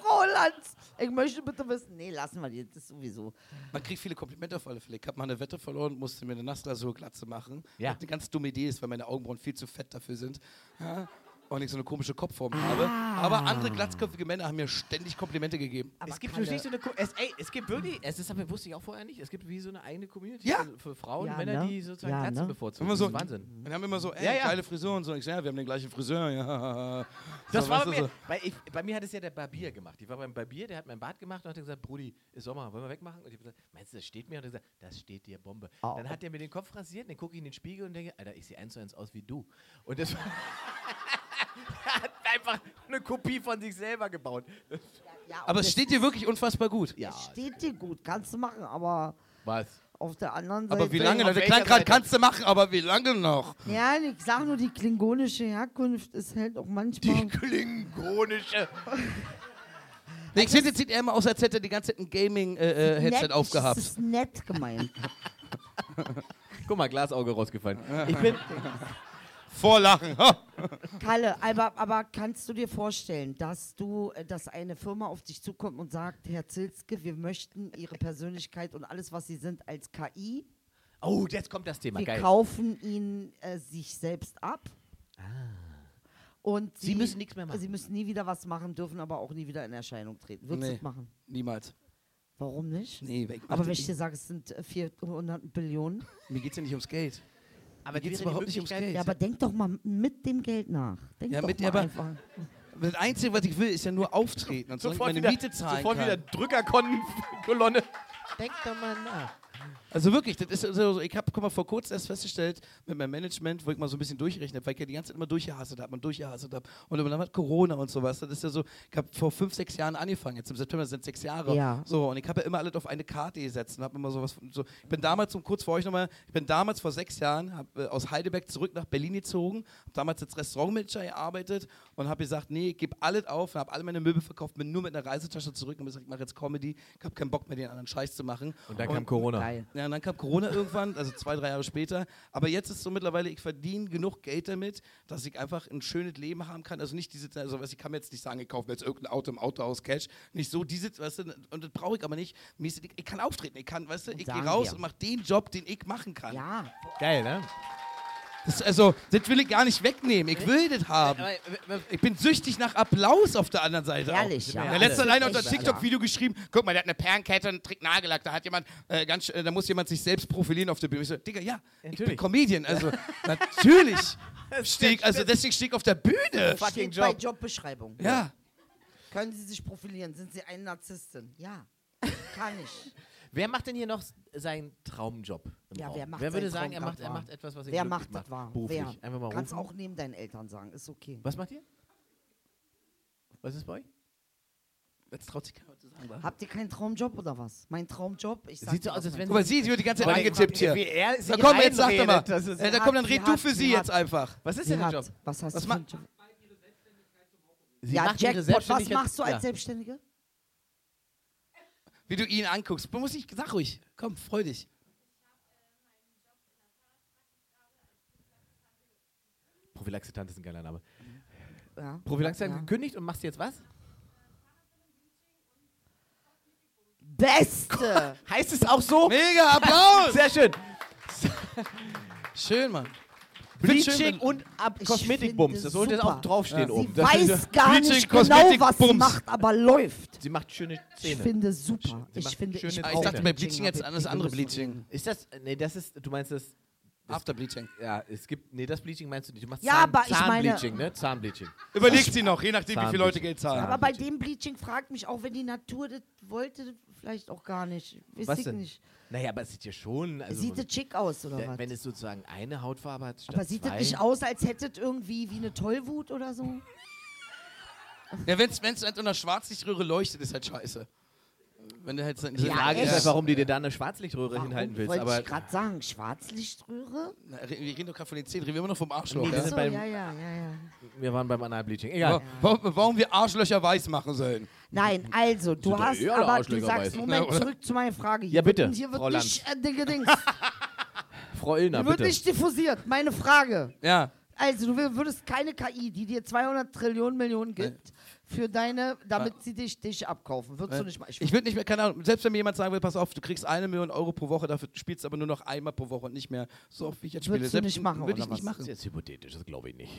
S3: Frau Lanz, ich möchte bitte wissen. Nee, lassen wir die, das ist sowieso.
S2: Man kriegt viele Komplimente auf alle Fälle. Ich habe mal eine Wette verloren, musste mir eine Nassrasurglatze machen.
S1: Ja.
S2: Ich hab eine ganz dumme Idee ist, weil meine Augenbrauen viel zu fett dafür sind. Ja. Und ich so eine komische Kopfform habe.
S1: Ah.
S2: Aber andere glatzköpfige Männer haben mir ständig Komplimente gegeben.
S3: Aber
S1: es gibt
S3: Kalle-
S1: wirklich so eine, Ko- es, ey, es gibt wirklich, es ist, aber wusste ich auch vorher nicht, es gibt wie so eine eigene Community
S2: Ja.
S1: für, für Frauen,
S3: Ja,
S1: Männer,
S3: ne?
S1: die sozusagen
S3: Ja,
S1: Glatzen
S3: ne?
S1: bevorzugen.
S2: Wenn man so,
S1: das ist Wahnsinn.
S2: Dann haben wir immer so, ey,
S1: Ja, ja.
S2: geile Friseur und so. Und ich so, ja, wir haben den gleichen Friseur, ja.
S1: Das
S2: so,
S1: war bei
S2: weißt du,
S1: mir, bei, ich, bei mir hat es ja der Barbier gemacht. Ich war beim Barbier, der hat mein Bart gemacht und hat gesagt, Brudi, ist Sommer, wollen wir wegmachen? Und ich habe gesagt, meinst du, das steht mir? Und er hat gesagt, das steht dir Bombe.
S2: Ah,
S3: Au.
S2: oh.
S1: Dann hat er mir den Kopf rasiert, dann gucke ich in den Spiegel und denke, Alter, ich sehe eins zu eins aus wie du. Und das war er hat einfach eine Kopie von sich selber gebaut.
S3: Ja,
S2: Aber
S3: und
S2: es steht dir wirklich unfassbar gut.
S1: Ja.
S3: das steht dir gut, kannst du machen, aber
S1: Was?
S3: auf der anderen Seite.
S2: Aber wie lange?
S1: auf
S2: Der
S1: welcher
S2: Kleingrad
S1: Seite?
S2: kannst du machen, aber wie lange noch?
S3: Ja, ich sag nur, die klingonische Herkunft ist halt auch manchmal.
S1: klingonische.
S2: Nee, ich finde, jetzt sieht er immer aus, als hätte er die ganze Zeit ein Gaming-Headset
S3: nett,
S2: aufgehabt.
S3: Das ist nett gemeint.
S1: Guck mal, Glasauge rausgefallen. Ich bin,
S2: Vor Lachen.
S3: Kalle, aber, aber kannst du dir vorstellen, dass du, äh, dass eine Firma auf dich zukommt und sagt, Herr Zilske, wir möchten Ihre Persönlichkeit und alles, was Sie sind, als KI.
S1: oh, jetzt kommt das Thema.
S3: Wir
S1: Geil.
S3: kaufen Ihnen äh, sich selbst ab. Und
S1: Sie müssen nichts mehr machen.
S3: Sie müssen nie wieder was machen, dürfen aber auch nie wieder in Erscheinung treten. Würdest du
S2: Nee.
S3: das machen?
S2: Niemals.
S3: Warum nicht?
S2: Nee, weg.
S3: Aber wenn ich dir sage, es sind äh, 400 Billionen.
S2: Mir geht's ja nicht ums Geld.
S1: Aber
S2: geht's
S1: wäre die
S2: überhaupt nicht ums
S1: Möglichkeit-
S2: Geld.
S3: Ja, aber denk doch mal mit dem Geld nach. Denk
S2: Ja,
S3: doch
S2: mit-
S3: mal
S2: aber-
S3: einfach.
S2: Das Einzige, was ich will, ist ja nur auftreten und solange ich meine Miete zahlen
S1: sofort
S2: kann.
S1: wieder Drückerkolonne. Denk doch mal nach.
S2: Also wirklich, das ist so, so- ich habe mal vor kurzem erst festgestellt mit meinem Management, wo ich mal so ein bisschen durchrechnet, weil ich ja die ganze Zeit immer durchgehasselt habe und durchgehasselt habe und dann hat Corona und sowas. Das ist ja so, ich habe vor fünf, sechs Jahren angefangen, jetzt im September sind sechs Jahre.
S3: Ja.
S2: So, und ich habe ja immer alles auf eine Karte gesetzt und habe immer sowas. von- So, ich bin damals, um kurz vor euch nochmal, ich bin damals vor sechs Jahren hab, äh, aus Heidelberg zurück nach Berlin gezogen, habe damals als Restaurantmanager gearbeitet und habe gesagt, nee, ich gebe alles auf, habe alle meine Möbel verkauft, bin nur mit einer Reisetasche zurück und hab gesagt, ich mache jetzt Comedy, ich habe keinen Bock mehr, den anderen Scheiß zu machen.
S1: Und dann kam Corona.
S3: Geil.
S2: Ja, und dann kam Corona irgendwann, also zwei, drei Jahre später. Aber jetzt ist so mittlerweile, ich verdiene genug Geld damit, dass ich einfach ein schönes Leben haben kann. Also nicht diese, also was ich kann mir jetzt nicht sagen, ich kaufe mir jetzt irgendein Auto im Autohaus Cash. Nicht so diese, weißt du, und das brauche ich aber nicht. Mir ist, ich, ich kann auftreten, ich kann, weißt du, ich gehe
S3: sagen
S2: raus
S3: wir.
S2: und mache den Job, den ich machen kann.
S3: Ja.
S1: Geil, ne?
S2: Das, also, das will ich gar nicht wegnehmen. Ich will das haben.
S1: Aber, äh, aber,
S2: Ich bin süchtig nach Applaus auf der anderen Seite.
S3: Ehrlich,
S2: auch.
S3: ja.
S2: Der letzte
S3: Alle.
S2: alleine unter
S3: Echt,
S2: TikTok-Video geschrieben: guck mal, der hat eine Perlenkette und trägt Nagellack. Da hat jemand, äh, ganz, sch- äh, da muss jemand sich selbst profilieren auf der Bühne. Ich so, Digga, ja, ich bin
S1: Natürlich.
S2: Comedian. Also, natürlich. Stehe ich, also, deswegen stehe ich auf der Bühne.
S1: Fucking
S3: Steht bei
S1: Job.
S3: Jobbeschreibung.
S2: Ja.
S3: Können Sie sich profilieren? Sind Sie eine Narzisstin? Ja. Kann ich.
S1: Wer macht denn hier noch s- seinen Traumjob? Im
S3: Ja,
S1: Raum?
S3: wer macht
S1: wer würde
S3: seinen
S1: sagen, er
S3: Traumjob
S1: macht, er
S3: wahr?
S1: macht etwas, was ihn
S3: Wer
S1: glücklich
S3: macht das wahr?
S1: Beruflich.
S3: Wer?
S1: Einfach mal
S3: Kannst
S1: rufen.
S3: auch neben deinen Eltern sagen, ist okay.
S1: Was macht ihr? Was ist bei euch?
S2: Jetzt traut sich keiner zu sagen. wa?
S3: Habt ihr keinen Traumjob oder was? Mein Traumjob? Ich sag
S1: Sieht so
S3: dir
S1: aus,
S3: was
S1: als
S3: mein-
S1: wenn
S2: Guck mal, sie, sie wird die ganze Zeit
S1: Weil-
S2: angetippt hier.
S1: Wie er sich
S2: Na komm, jetzt sag doch mal.
S1: reinredet, das ist-
S2: Äh, na
S3: Sie
S2: komm, dann
S3: hat-
S2: red
S3: sie
S2: du
S3: hat-
S2: für sie
S3: sie
S2: jetzt
S3: hat-
S2: einfach.
S1: Was ist
S3: Sie
S1: denn der
S3: hat,
S1: Job?
S3: Was hast
S2: Was
S3: du
S2: ma-
S3: für einen Job?
S1: Sie
S3: ja,
S1: macht ihre
S3: Jackpot, was
S1: Selbstständigkeit-
S3: machst du als
S1: Ja.
S3: Selbstständige?
S2: Wie du ihn anguckst. Man muss nicht, sag ruhig. Komm, freu dich.
S1: Prophylaxe-Tante ist ein geiler Name.
S3: Ja.
S1: Prophylaxe hat
S3: Ja.
S1: gekündigt und machst jetzt was?
S3: Beste!
S1: Heißt es auch so?
S2: Mega Applaus!
S1: Sehr schön.
S2: Schön, Mann. Find's schön,
S1: Bleaching
S2: wenn-
S1: und ab
S3: Ich
S1: Kosmetikbums.
S3: finde
S1: Das sollte jetzt
S3: super.
S1: auch draufstehen
S2: Ja.
S1: oben.
S3: Sie
S1: Das
S3: weiß gar
S2: Bleaching,
S3: nicht genau,
S2: Kosmetik,
S3: was sie
S2: Bums.
S3: macht, aber läuft.
S1: Sie macht schöne
S3: Ich
S1: Zähne.
S3: finde super.
S1: Sie
S3: Ich
S1: macht
S3: finde,
S1: schöne
S3: ich
S1: Zähne.
S2: Ah, Ich
S3: brauche
S2: dachte bei Oh. Bleaching jetzt
S3: aber
S2: an das
S3: wir
S2: andere
S3: müssen
S2: Bleaching.
S3: reden.
S1: ist das, nee, das ist, du meinst das,
S2: After Bleaching.
S1: ja, es gibt, nee, das Bleaching meinst du nicht. Du machst
S3: Ja,
S1: Zahn,
S3: aber ich meine-
S1: Zahnbleaching, ne? Zahnbleaching.
S2: Überlegt sie noch, je nachdem, wie
S1: Zahn-
S2: viele Leute Geld zahlen.
S3: Aber bei dem Bleaching fragt mich auch, wenn die Natur das wollte, vielleicht auch gar nicht. Weiß
S1: Was
S3: ich
S1: denn?
S3: nicht.
S1: Naja, aber es sieht ja schon, also,
S3: sieht das schick aus, oder
S1: wenn,
S3: was?
S1: wenn es sozusagen eine Hautfarbe hat statt
S3: Aber sieht
S1: zwei,
S3: das nicht aus, als hättet irgendwie wie eine Tollwut oder so?
S2: Ja, wenn es halt unter Schwarzlichtröhre leuchtet, ist halt scheiße. Wenn der halt so-
S1: Die Frage ist
S2: Ja.
S1: halt, warum du dir da eine Schwarzlichtröhre hinhalten willst,
S3: Wollte
S1: aber
S3: ich gerade sagen, Schwarzlichtröhre?
S2: Na, re- Wir reden doch gerade von den Zähnen, reden wir immer noch vom Arschloch.
S1: Nee,
S2: ja?
S1: das-
S3: Achso,
S1: beim-
S3: ja, ja, ja, ja.
S1: wir waren beim Analbleaching.
S2: Wa-
S1: Egal.
S2: Warum, warum wir Arschlöcher weiß machen sollen.
S3: Nein, also, du
S1: Sind doch
S3: hast,
S1: eh alle
S3: aber du
S1: Arschlöcher
S3: sagst,
S1: weiß.
S2: Ja,
S3: Moment,
S2: oder?
S3: zurück zu meiner Frage. Hier
S1: Ja, bitte,
S3: Wird, hier wird
S1: Frau Land.
S3: nicht, äh, Dinge, Dings,
S1: Frau Illner,
S3: hier wird
S1: bitte.
S3: nicht diffusiert. Meine Frage.
S2: Ja.
S3: Also, du wür- würdest keine KI, die dir 200 Trillionen Millionen gibt, für deine,
S1: Ah.
S3: damit sie dich, dich abkaufen. Würdest du nicht mal.
S2: Ich würde nicht mehr, keine Ahnung, selbst wenn mir jemand sagen will, pass auf, du kriegst eine Million Euro pro Woche, dafür spielst du aber nur noch einmal pro Woche und nicht mehr so oft, wie ich jetzt spiele.
S3: Würdest du
S2: Selbst-
S3: nicht machen,
S2: Würde ich
S3: oder
S2: nicht
S1: Das ist
S2: machen.
S1: jetzt hypothetisch, das glaube ich nicht.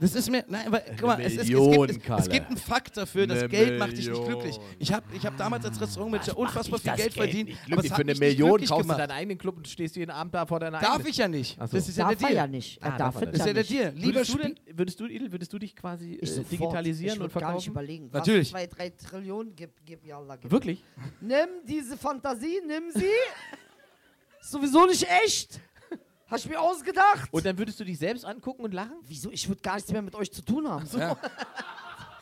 S2: Das ist mir, nein, aber guck mal, es, ist, es,
S1: Million,
S2: gibt, es, es
S1: Kalle.
S2: gibt einen Fakt dafür, das
S1: Eine
S2: Geld macht dich nicht
S1: Million.
S2: glücklich. Ich habe ich hab damals als Restaurantmanager unfassbar viel
S1: Das
S2: Geld verdient.
S1: nicht
S2: aber
S1: glücklich.
S2: es
S1: Für
S2: hat
S1: eine
S2: mich nicht
S1: Million
S2: glücklich
S1: kaufst du
S2: gemacht.
S1: deinen eigenen Club und stehst jeden Abend da vor deiner
S2: Darf
S1: eigenen.
S2: ich ja nicht.
S1: Ach so.
S2: Das ist ja
S3: darf
S2: der
S3: er
S2: Deal.
S3: ja nicht. Er
S1: Ah, darf
S3: darf
S1: er
S3: das
S1: nicht.
S3: ja
S2: Ist ja der
S3: nicht.
S2: Deal. Lieber
S1: würdest, du
S2: Spiel-
S1: denn, würdest du, Edel, würdest du dich quasi
S3: Ich
S1: äh,
S3: sofort.
S1: digitalisieren
S3: ich
S1: und
S3: würd gar nicht
S1: verkaufen?
S3: überlegen.
S2: Natürlich.
S3: Was zwei, drei Trillionen gibt, gib Yalla. Gib.
S1: Wirklich?
S3: Nimm diese Fantasie, nimm sie. Ist Sowieso nicht echt. Hast du mir ausgedacht?
S1: Und dann würdest du dich selbst angucken und lachen?
S3: Wieso? Ich würde gar nichts mehr mit euch zu tun haben.
S1: Also,
S2: Ja.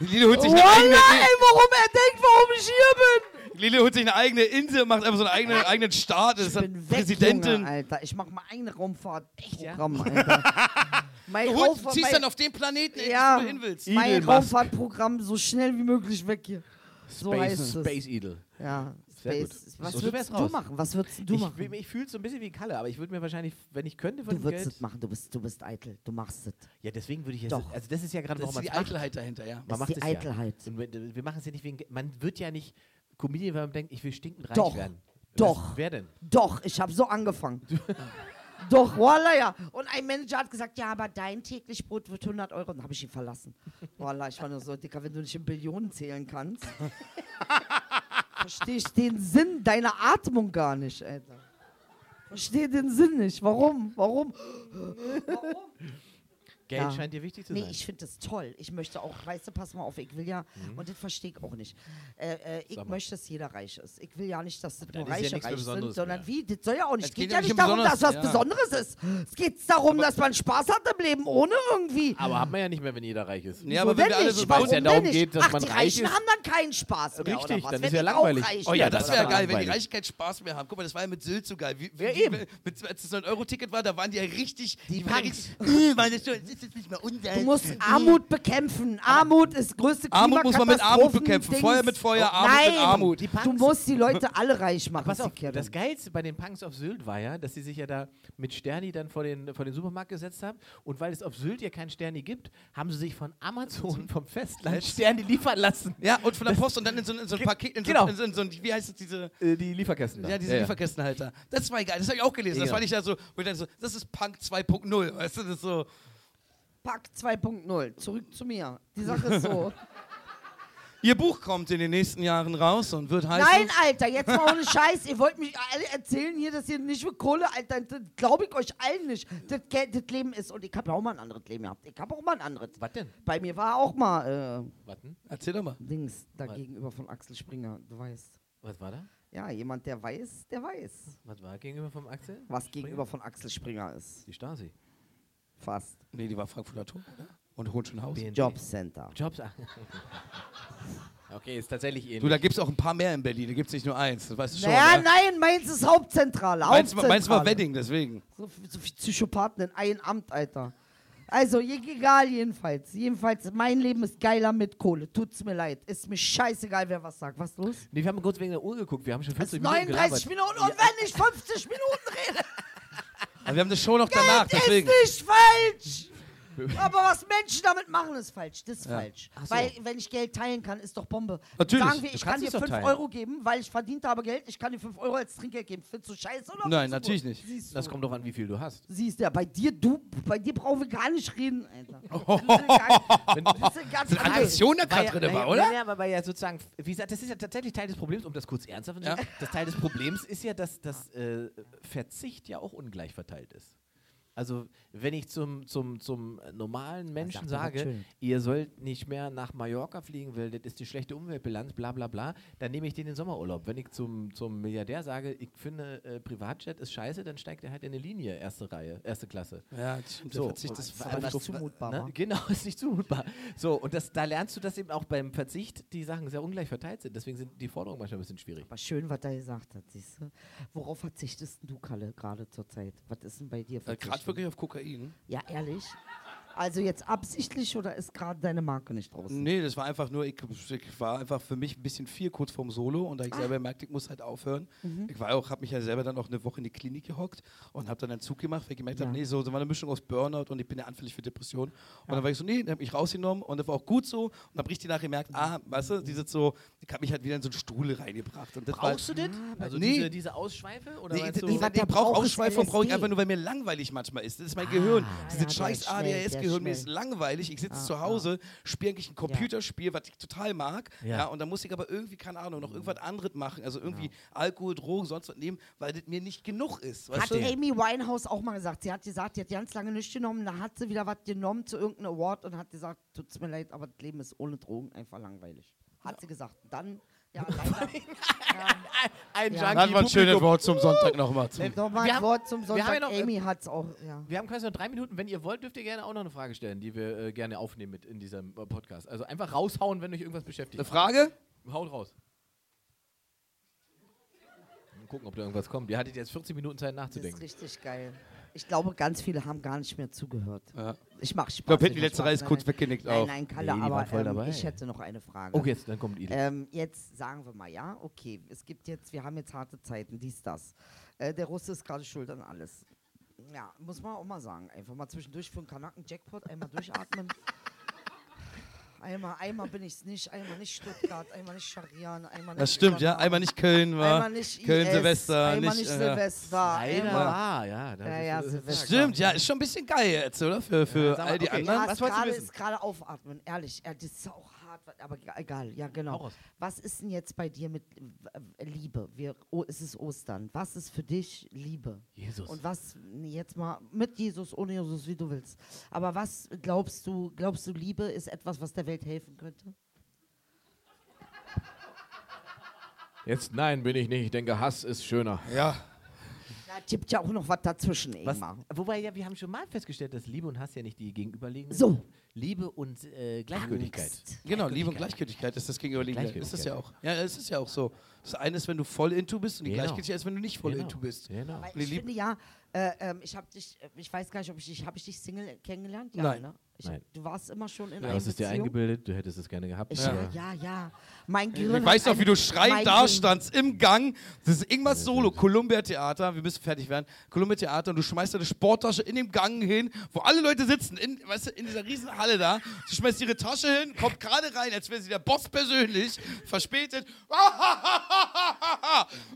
S2: Lilo holt, sich
S3: Wallah,
S2: eine eigene,
S3: ey, warum er denkt, warum ich hier bin?
S2: In- Lilo holt sich eine eigene Insel, macht einfach so einen eigenen, eigenen Staat, ist
S3: Ich
S2: dann
S3: bin weg,
S2: Präsidentin.
S3: Junge, Alter. Ich mach mal eigene Raumfahrt.
S1: ja?
S3: Programm, Alter. mein
S2: du holst,
S3: Raumfahr-
S2: ziehst
S3: mein-
S2: dann auf den Planeten,
S3: Ja.
S2: wo du hin willst.
S1: Elon
S3: mein
S1: Musk.
S3: Raumfahrtprogramm so schnell wie möglich weg hier. So heißt es.
S1: Space Edel.
S3: Ja,
S1: Sehr
S3: Space.
S1: gut.
S3: Was
S1: So, du
S3: würdest
S1: wärst
S3: du
S1: raus.
S3: machen? Was würdest du
S1: Ich,
S3: machen?
S1: ich fühle es so ein bisschen wie Kalle, aber ich würde mir wahrscheinlich, wenn ich könnte, von
S3: Du
S1: dem
S3: würdest
S1: Geld.
S3: es machen, du bist, du bist eitel, du machst es.
S1: Ja, deswegen würde ich jetzt.
S3: Doch.
S1: Also, das ist ja gerade,
S2: Das
S1: warum
S2: ist
S1: man
S2: die
S1: es macht.
S2: Eitelheit dahinter, ja.
S1: Man
S3: Das ist
S1: macht
S3: die
S1: es ja.
S3: Eitelheit.
S1: Und wir, wir machen es ja nicht wegen. Ge- Man wird ja nicht Comedian, weil man denkt, ich will stinkend reich
S3: Doch.
S1: werden.
S3: Doch.
S1: Wer denn?
S3: Doch, ich habe so angefangen. Doch, wallah, ja. Und ein Manager hat gesagt, ja, aber dein täglich Brot wird 100 Euro. Und dann habe ich ihn verlassen. Wallah, ich war nur so, Dicker, wenn du nicht in Billionen zählen kannst, verstehe ich den Sinn deiner Atmung gar nicht, Alter. Verstehe den Sinn nicht. Warum? Warum?
S1: Geld
S3: Ja.
S1: scheint dir wichtig zu
S3: Nee,
S1: sein.
S3: ich finde das toll. Ich möchte auch, weißt du, pass mal auf, ich will ja, und das verstehe ich auch nicht. Äh, äh, ich
S1: Sag mal.
S3: möchte, dass jeder reich ist. Ich will ja nicht, dass das
S1: dann
S3: nur
S1: ist ja
S3: Reiche
S1: nichts mehr
S3: reich sind,
S1: Besonderes
S3: sondern
S1: mehr.
S3: wie, das soll ja auch nicht.
S2: Es
S3: Es geht,
S2: geht ja
S3: ja
S2: nicht
S3: nicht
S2: um
S3: darum, dass was
S2: Besonderes, ja.
S3: Besonderes ist. Es geht darum, dass man Spaß hat im Leben, ohne irgendwie.
S1: aber hat man ja nicht mehr, wenn jeder reich ist.
S2: Nee, aber
S3: Wieso
S2: wenn
S3: denn
S2: wir alle
S3: nicht?
S2: so
S1: Warum?
S2: weiß
S1: ja
S3: denn
S1: darum
S3: nicht?
S1: geht, dass
S3: Ach,
S1: man
S3: die
S1: reich
S3: Reichen
S1: ist.
S3: haben dann keinen Spaß mehr, oder
S1: Richtig,
S3: was?
S1: dann
S3: Wenn
S1: ist ja
S3: die auch
S1: langweilig.
S3: reich
S2: Oh ja,
S3: werden,
S2: das
S3: oder
S2: wäre
S3: was?
S2: geil, wenn die
S1: langweilig.
S2: Reichkeit Spaß mehr haben. Guck mal, das war ja mit Sylt so geil. Wie, wie,
S1: Ja,
S2: wie-
S1: eben.
S2: Mit, als das 9-Euro-Ticket war, da waren die ja richtig.
S3: Die
S2: waren ja
S3: Punks.
S2: richtig. Äh, waren das, so, das ist jetzt nicht mehr unser.
S3: Du musst Armut bekämpfen. Armut ist größte
S2: Hm. Armut muss man mit Armut
S3: Klimakatastrophen-
S2: bekämpfen.
S3: Dings.
S2: Feuer mit Feuer, Armut
S3: Nein.
S2: mit Armut.
S1: Die Punks-
S3: Du musst die Leute alle reich machen.
S1: Pass auf,
S3: Sikerem.
S1: das Geilste bei den Punks auf Sylt war ja, dass sie sich ja da mit Sterni dann vor den, vor den Supermarkt gesetzt haben. Und weil es auf Sylt ja kein Sterni gibt, haben sie sich von Amazon, vom Festland, Sterni liefern lassen.
S2: Ja, und von der Post und dann in so, in so ein Paket. In so,
S1: Genau.
S2: in so, in so, ein- wie heißt es, diese.
S1: Äh, die Lieferkästen. da.
S2: Ja, diese Lieferkästenhalter. Das war geil, das habe ich auch gelesen. Das
S1: Genau.
S2: fand ich ja so, wo ich dann so, das ist Punk 2.0, weißt du, das ist so.
S3: Pack 2.0. Zurück zu mir. Die Sache ist so.
S2: Ihr Buch kommt in den nächsten Jahren raus und wird heißen.
S3: Nein, Alter, jetzt mal ohne Scheiß. Ihr wollt mich alle erzählen hier, dass ihr nicht für Kohle, Alter, das glaube ich euch allen nicht. Das, Geld- das Leben ist, und ich habe ja auch mal ein anderes Leben gehabt. Ich habe auch mal ein anderes.
S1: Was denn?
S3: Bei mir war auch mal äh,
S1: Warten.
S2: Erzähl doch mal.
S3: Dings da gegenüber von Axel Springer, du weißt.
S1: Was war da?
S3: Ja, jemand, der weiß, der weiß,
S1: Was war gegenüber vom Axel?
S3: was
S1: Springer?
S3: gegenüber von Axel Springer ist.
S1: Die Stasi.
S3: Fast.
S2: Nee, die war Frankfurter Tor, oder? Und Hohenschönhausen.
S1: BND.
S3: Jobcenter.
S1: Jobs. okay, ist tatsächlich ähnlich.
S2: Du, da gibt es auch ein paar mehr in Berlin, da gibt es nicht nur eins, das weißt du schon. ne?
S3: Naja,
S2: oder?
S3: nein, meins ist Hauptzentrale.
S2: Meins, war-
S3: Hauptzentrale.
S2: meins war Wedding, deswegen.
S3: So, viel- so viele Psychopathen in einem Amt, Alter. Also, je- egal jedenfalls. Jedenfalls, mein Leben ist geiler mit Kohle. Tut's mir leid. Ist mir scheißegal, wer was sagt. Was ist los?
S1: nee, wir haben kurz wegen der Uhr geguckt. Wir haben schon
S3: Es ist
S1: 40 Minuten
S3: 39
S1: gelabert.
S3: Minuten und wenn ich 50 Minuten rede,
S2: Aber Also wir haben eine Show noch danach,
S3: das
S2: deswegen.
S3: ist nicht falsch. Aber was Menschen damit machen, ist falsch. Das ist falsch.
S1: Ach so.
S3: Weil, wenn ich Geld teilen kann, ist doch Bombe.
S2: Natürlich,
S3: Sagen wir,
S2: du
S3: ich kann
S2: kannst
S3: dir
S2: es doch
S3: 5
S2: teilen.
S3: Euro geben, weil ich verdient habe Geld. Ich kann dir 5 Euro als Trinkgeld geben. Findest du scheiße oder?
S2: Nein,
S3: findest du
S2: natürlich
S3: gut?
S2: nicht.
S3: Siehst du.
S1: Das kommt doch an, wie viel du hast.
S3: Siehst du, ja, bei dir, du, bei dir brauchen wir gar nicht reden, Alter. Das ist ganz
S2: Sind Aggressionen da gerade drin, war, oder?
S1: Ja, aber weil ja sozusagen, wie gesagt, das ist ja tatsächlich Teil des Problems, um das kurz ernsthaft zu sagen. Das Teil des Problems ist ja, dass das äh, Verzicht ja auch ungleich verteilt ist. Also, wenn ich zum, zum, zum normalen Menschen
S3: sagt er was
S1: sage,
S3: schön.
S1: ihr sollt nicht mehr nach Mallorca fliegen, weil das ist die schlechte Umweltbilanz, bla bla bla, dann nehme ich den in den Sommerurlaub. Wenn ich zum, zum Milliardär sage, ich finde äh, Privatjet ist scheiße, dann steigt er halt in eine Linie, erste Reihe, erste Klasse.
S2: Ja, das stimmt, der
S1: So,
S2: Verzicht ist
S1: aber
S3: aber
S2: einfach
S3: nicht
S2: so-
S3: zumutbar.
S1: Ne?
S3: wa?
S1: Genau, ist nicht zumutbar. So, und das, da lernst du, dass eben auch beim Verzicht die Sachen sehr ungleich verteilt sind. Deswegen sind die Forderungen manchmal ein bisschen schwierig.
S3: Aber schön, was er gesagt hat, siehst du. Worauf verzichtest denn du, Kalle, gerade zur Zeit? Was ist denn bei dir
S2: Äh, Gerade
S3: verzichtet?
S2: wirklich auf Kokain?
S3: Ja, ehrlich? Also jetzt absichtlich oder ist gerade deine Marke nicht draußen?
S2: Nee, das war einfach nur, ich, ich war einfach für mich ein bisschen viel kurz vorm Solo und da
S1: Ah.
S2: ich selber merkte, ich muss halt aufhören.
S1: Mhm.
S2: Ich war auch, habe mich ja selber dann auch eine Woche in die Klinik gehockt und habe dann einen Zug gemacht, weil ich gemerkt
S3: Ja.
S2: habe, nee, so, so war eine Mischung aus Burnout und ich bin ja anfällig für Depressionen. Und dann war ich so, nee, dann habe ich rausgenommen und das war auch gut so und habe richtig nachgemerkt,
S1: Mhm.
S2: ah, weißt du, dieses so, ich habe mich halt wieder in so einen Stuhl reingebracht. Und das war- Ah,
S1: Brauchst du das? Also
S2: nee.
S1: diese, diese Ausschweifel? Oder
S2: Nee,
S1: meinst
S2: so
S1: du,
S3: nee, warte,
S2: ich
S3: der
S2: brauche
S3: Bauch ist
S2: Ausschweifung, brauche ich
S3: LSD.
S2: einfach nur, weil mir langweilig manchmal ist. Das ist mein Gehirn.
S3: Ah, ja, der
S2: Dieses scheiß
S3: ist schnell, der ist
S2: ADHS-Gehirn, mir ist
S3: schnell.
S2: langweilig. Ich sitze
S3: Ah,
S2: zu Hause, spiele eigentlich ein Computerspiel, was ich total mag.
S1: Ja.
S2: Ja. und dann muss ich aber irgendwie, keine Ahnung, noch irgendwas anderes machen. Also irgendwie Alkohol, Drogen, sonst was nehmen, weil das mir nicht genug ist.
S3: Hat
S2: Weißt du?
S3: Amy Winehouse auch mal gesagt. Sie hat gesagt, die hat ganz lange nichts genommen, dann hat sie wieder was genommen zu irgendeinem Award und hat gesagt, tut's mir leid, aber das Leben ist ohne Drogen einfach langweilig. Hat sie gesagt. Dann, ja, leider.
S1: ein
S3: Ja.
S1: Junkie
S2: Dann war ein schönes
S1: Publikum.
S2: Wort zum Sonntag nochmal. Zum
S3: Nochmal
S1: Wir
S3: Äh, ein
S1: haben-
S3: Wort zum
S1: wir haben ja
S3: Sonntag.
S1: noch- äh,
S3: Amy hat's auch, ja.
S1: Wir haben quasi noch drei Minuten. Wenn ihr wollt, dürft ihr gerne auch noch eine Frage stellen, die wir äh, gerne aufnehmen mit in diesem äh, Podcast. Also einfach raushauen, wenn euch irgendwas
S2: eine
S1: beschäftigt.
S2: Frage?
S1: Haut raus. Mal gucken, ob da irgendwas kommt. Ihr hattet jetzt 40 Minuten Zeit
S3: Das ist
S1: nachzudenken.
S3: richtig geil. Ich glaube, ganz viele haben gar nicht mehr zugehört.
S2: Ja.
S3: Ich mache Spaß. Ich
S2: glaube, hinten die
S3: mach
S2: letzte
S3: Spaß.
S2: Reihe ist
S3: Nein,
S2: kurz
S3: nein.
S2: weggenickt
S3: Nein,
S2: auch.
S3: nein,
S1: Nee,
S3: Kalle,
S1: die waren
S3: aber
S1: voll
S3: ähm,
S1: dabei.
S3: ich hätte noch eine Frage.
S1: Oh, jetzt, dann kommt Idee.
S3: Ähm, jetzt sagen wir mal, ja, okay, es gibt jetzt, wir haben jetzt harte Zeiten, dies, das. Äh, der Russe ist gerade schuld an alles. Ja, muss man auch mal sagen. Einfach mal zwischendurch für einen Kanaken Jackpot, einmal durchatmen. Einmal, einmal bin ich's nicht, einmal nicht Stuttgart, einmal nicht Scharian, einmal nicht.
S2: Das stimmt, ja.
S3: Übernahme,
S2: Einmal nicht Köln war.
S3: einmal nicht
S2: Köln,
S3: IS,
S2: Silvester.
S3: einmal
S2: nicht,
S3: nicht
S2: äh,
S3: Silvester,
S1: Leider
S3: einmal
S1: war, Ah, ja. das
S3: Ja,
S1: ist-
S3: ja,
S1: das ist-
S3: Silvester.
S2: Stimmt, ja. Ist schon ein bisschen geil jetzt, oder? Für, für
S1: sag mal,
S2: all die
S1: okay.
S2: anderen.
S1: Mann,
S3: Ja,
S1: was wolltest
S3: es
S1: du
S3: gerade
S1: wissen?
S3: ist gerade aufatmen, ehrlich. Ja, das ist auch hart, aber ge- egal. Ja,
S1: Hau
S3: genau.
S1: raus.
S3: Was ist denn jetzt bei dir mit äh, Liebe? Wir, oh, es ist Ostern. Was ist für dich Liebe?
S1: Jesus.
S3: Und was, nee, jetzt mal mit Jesus, ohne Jesus, wie du willst. Aber was glaubst du, glaubst du, Liebe ist etwas, was der Welt helfen könnte?
S1: Jetzt nein, bin ich nicht. Ich denke, Hass ist schöner.
S2: Ja.
S3: Da tippt ja auch noch was dazwischen,
S1: Was,
S3: Ingmar.
S1: wobei ja, wir haben schon mal festgestellt, dass Liebe und Hass ja nicht die gegenüberliegenden
S3: So.
S1: sind. Liebe und äh, Gleichgültigkeit.
S3: Angst.
S2: Genau, Liebe und Gleichgültigkeit ist das Gegenüberliegende. Ist das ja auch. Ja, es ist ja auch so. Das eine ist, wenn du voll into bist und die
S1: Genau.
S2: Gleichgültigkeit ist, wenn du nicht voll
S1: Genau.
S2: into bist.
S1: Genau.
S3: Weil
S2: Nee,
S3: ich
S2: lieb-
S3: finde ja, äh, ähm, ich habe dich, äh, ich weiß gar nicht, ob ich dich, habe ich dich Single kennengelernt? Ja,
S2: Nein.
S3: Ne? Ich,
S1: Nein.
S3: Du warst immer schon in
S1: Du
S3: einer
S1: hast es dir
S3: Beziehung.
S1: eingebildet, du hättest es gerne gehabt. ne?
S3: Ich,
S1: aber-
S3: ja. ja, ja. Mein Gehirn.
S2: Ich
S3: hat
S2: weiß noch,
S3: eine-
S2: wie du schreiend
S3: mein
S2: da
S3: Gehirn-
S2: standst im Gang. Das ist Ingmars Solo, Columbia Theater. Wir müssen fertig werden. Columbia Theater und du schmeißt deine Sporttasche in dem Gang hin, wo alle Leute sitzen, in, weißt du, in dieser riesen Halle da. Du schmeißt ihre Tasche hin, kommt gerade rein, als wäre sie der Boss persönlich, verspätet.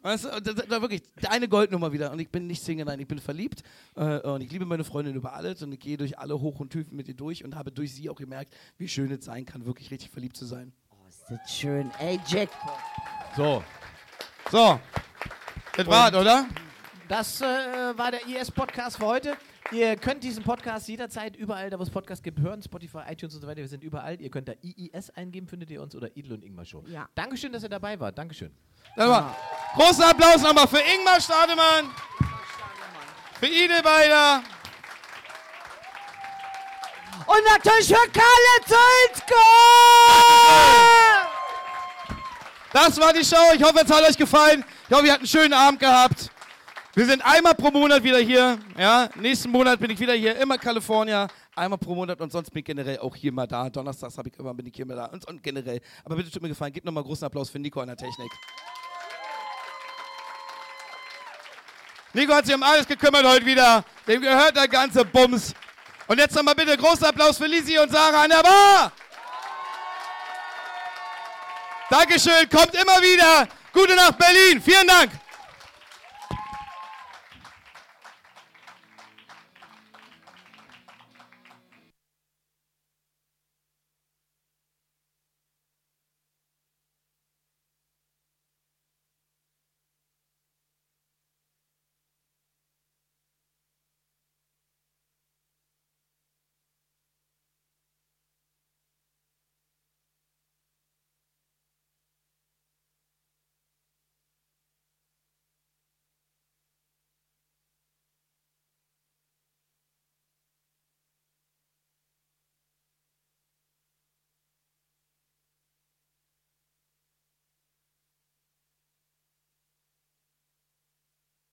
S2: weißt du, und da, da wirklich deine Goldnummer wieder. Und ich bin nicht Single, nein, ich bin verliebt. Äh, und ich liebe meine Freundin über alles und ich gehe durch alle Hoch und Tiefen mit ihr durch und habe durch sie auch gemerkt, wie schön es sein kann, wirklich richtig verliebt zu sein.
S3: Oh, ist das schön. Ey, Jack.
S1: So,
S2: So. Das war's, oder?
S1: das äh, war der IS-Podcast für heute. Ihr könnt diesen Podcast jederzeit überall, da wo es Podcasts gibt, hören. Spotify, iTunes und so weiter. Wir sind überall. Ihr könnt da IIS eingeben, findet ihr uns oder Idel und Ingmar Show.
S3: Ja.
S1: Dankeschön, dass ihr dabei wart. Dankeschön.
S2: Das war's. Großen Applaus nochmal für Ingmar Stademann, für Ide Beider.
S3: Und natürlich für Kalle Zülzko!
S2: Das war die Show. Ich hoffe, es hat euch gefallen. Ich hoffe, ihr habt einen schönen Abend gehabt. Wir sind einmal pro Monat wieder hier. Ja, nächsten Monat bin ich wieder hier, immer California. Einmal pro Monat und sonst bin ich generell auch hier mal da. Donnerstags habe ich immer, bin ich hier mal da. Und, und generell. Aber bitte tut mir gefallen, gebt nochmal großen Applaus für Nico an der Technik. Nico hat sich um alles gekümmert heute wieder. Dem gehört der ganze Bums. Und jetzt nochmal bitte großen Applaus für Lisi und Sarah an der Bar. Dankeschön, kommt immer wieder. Gute Nacht Berlin. Vielen Dank.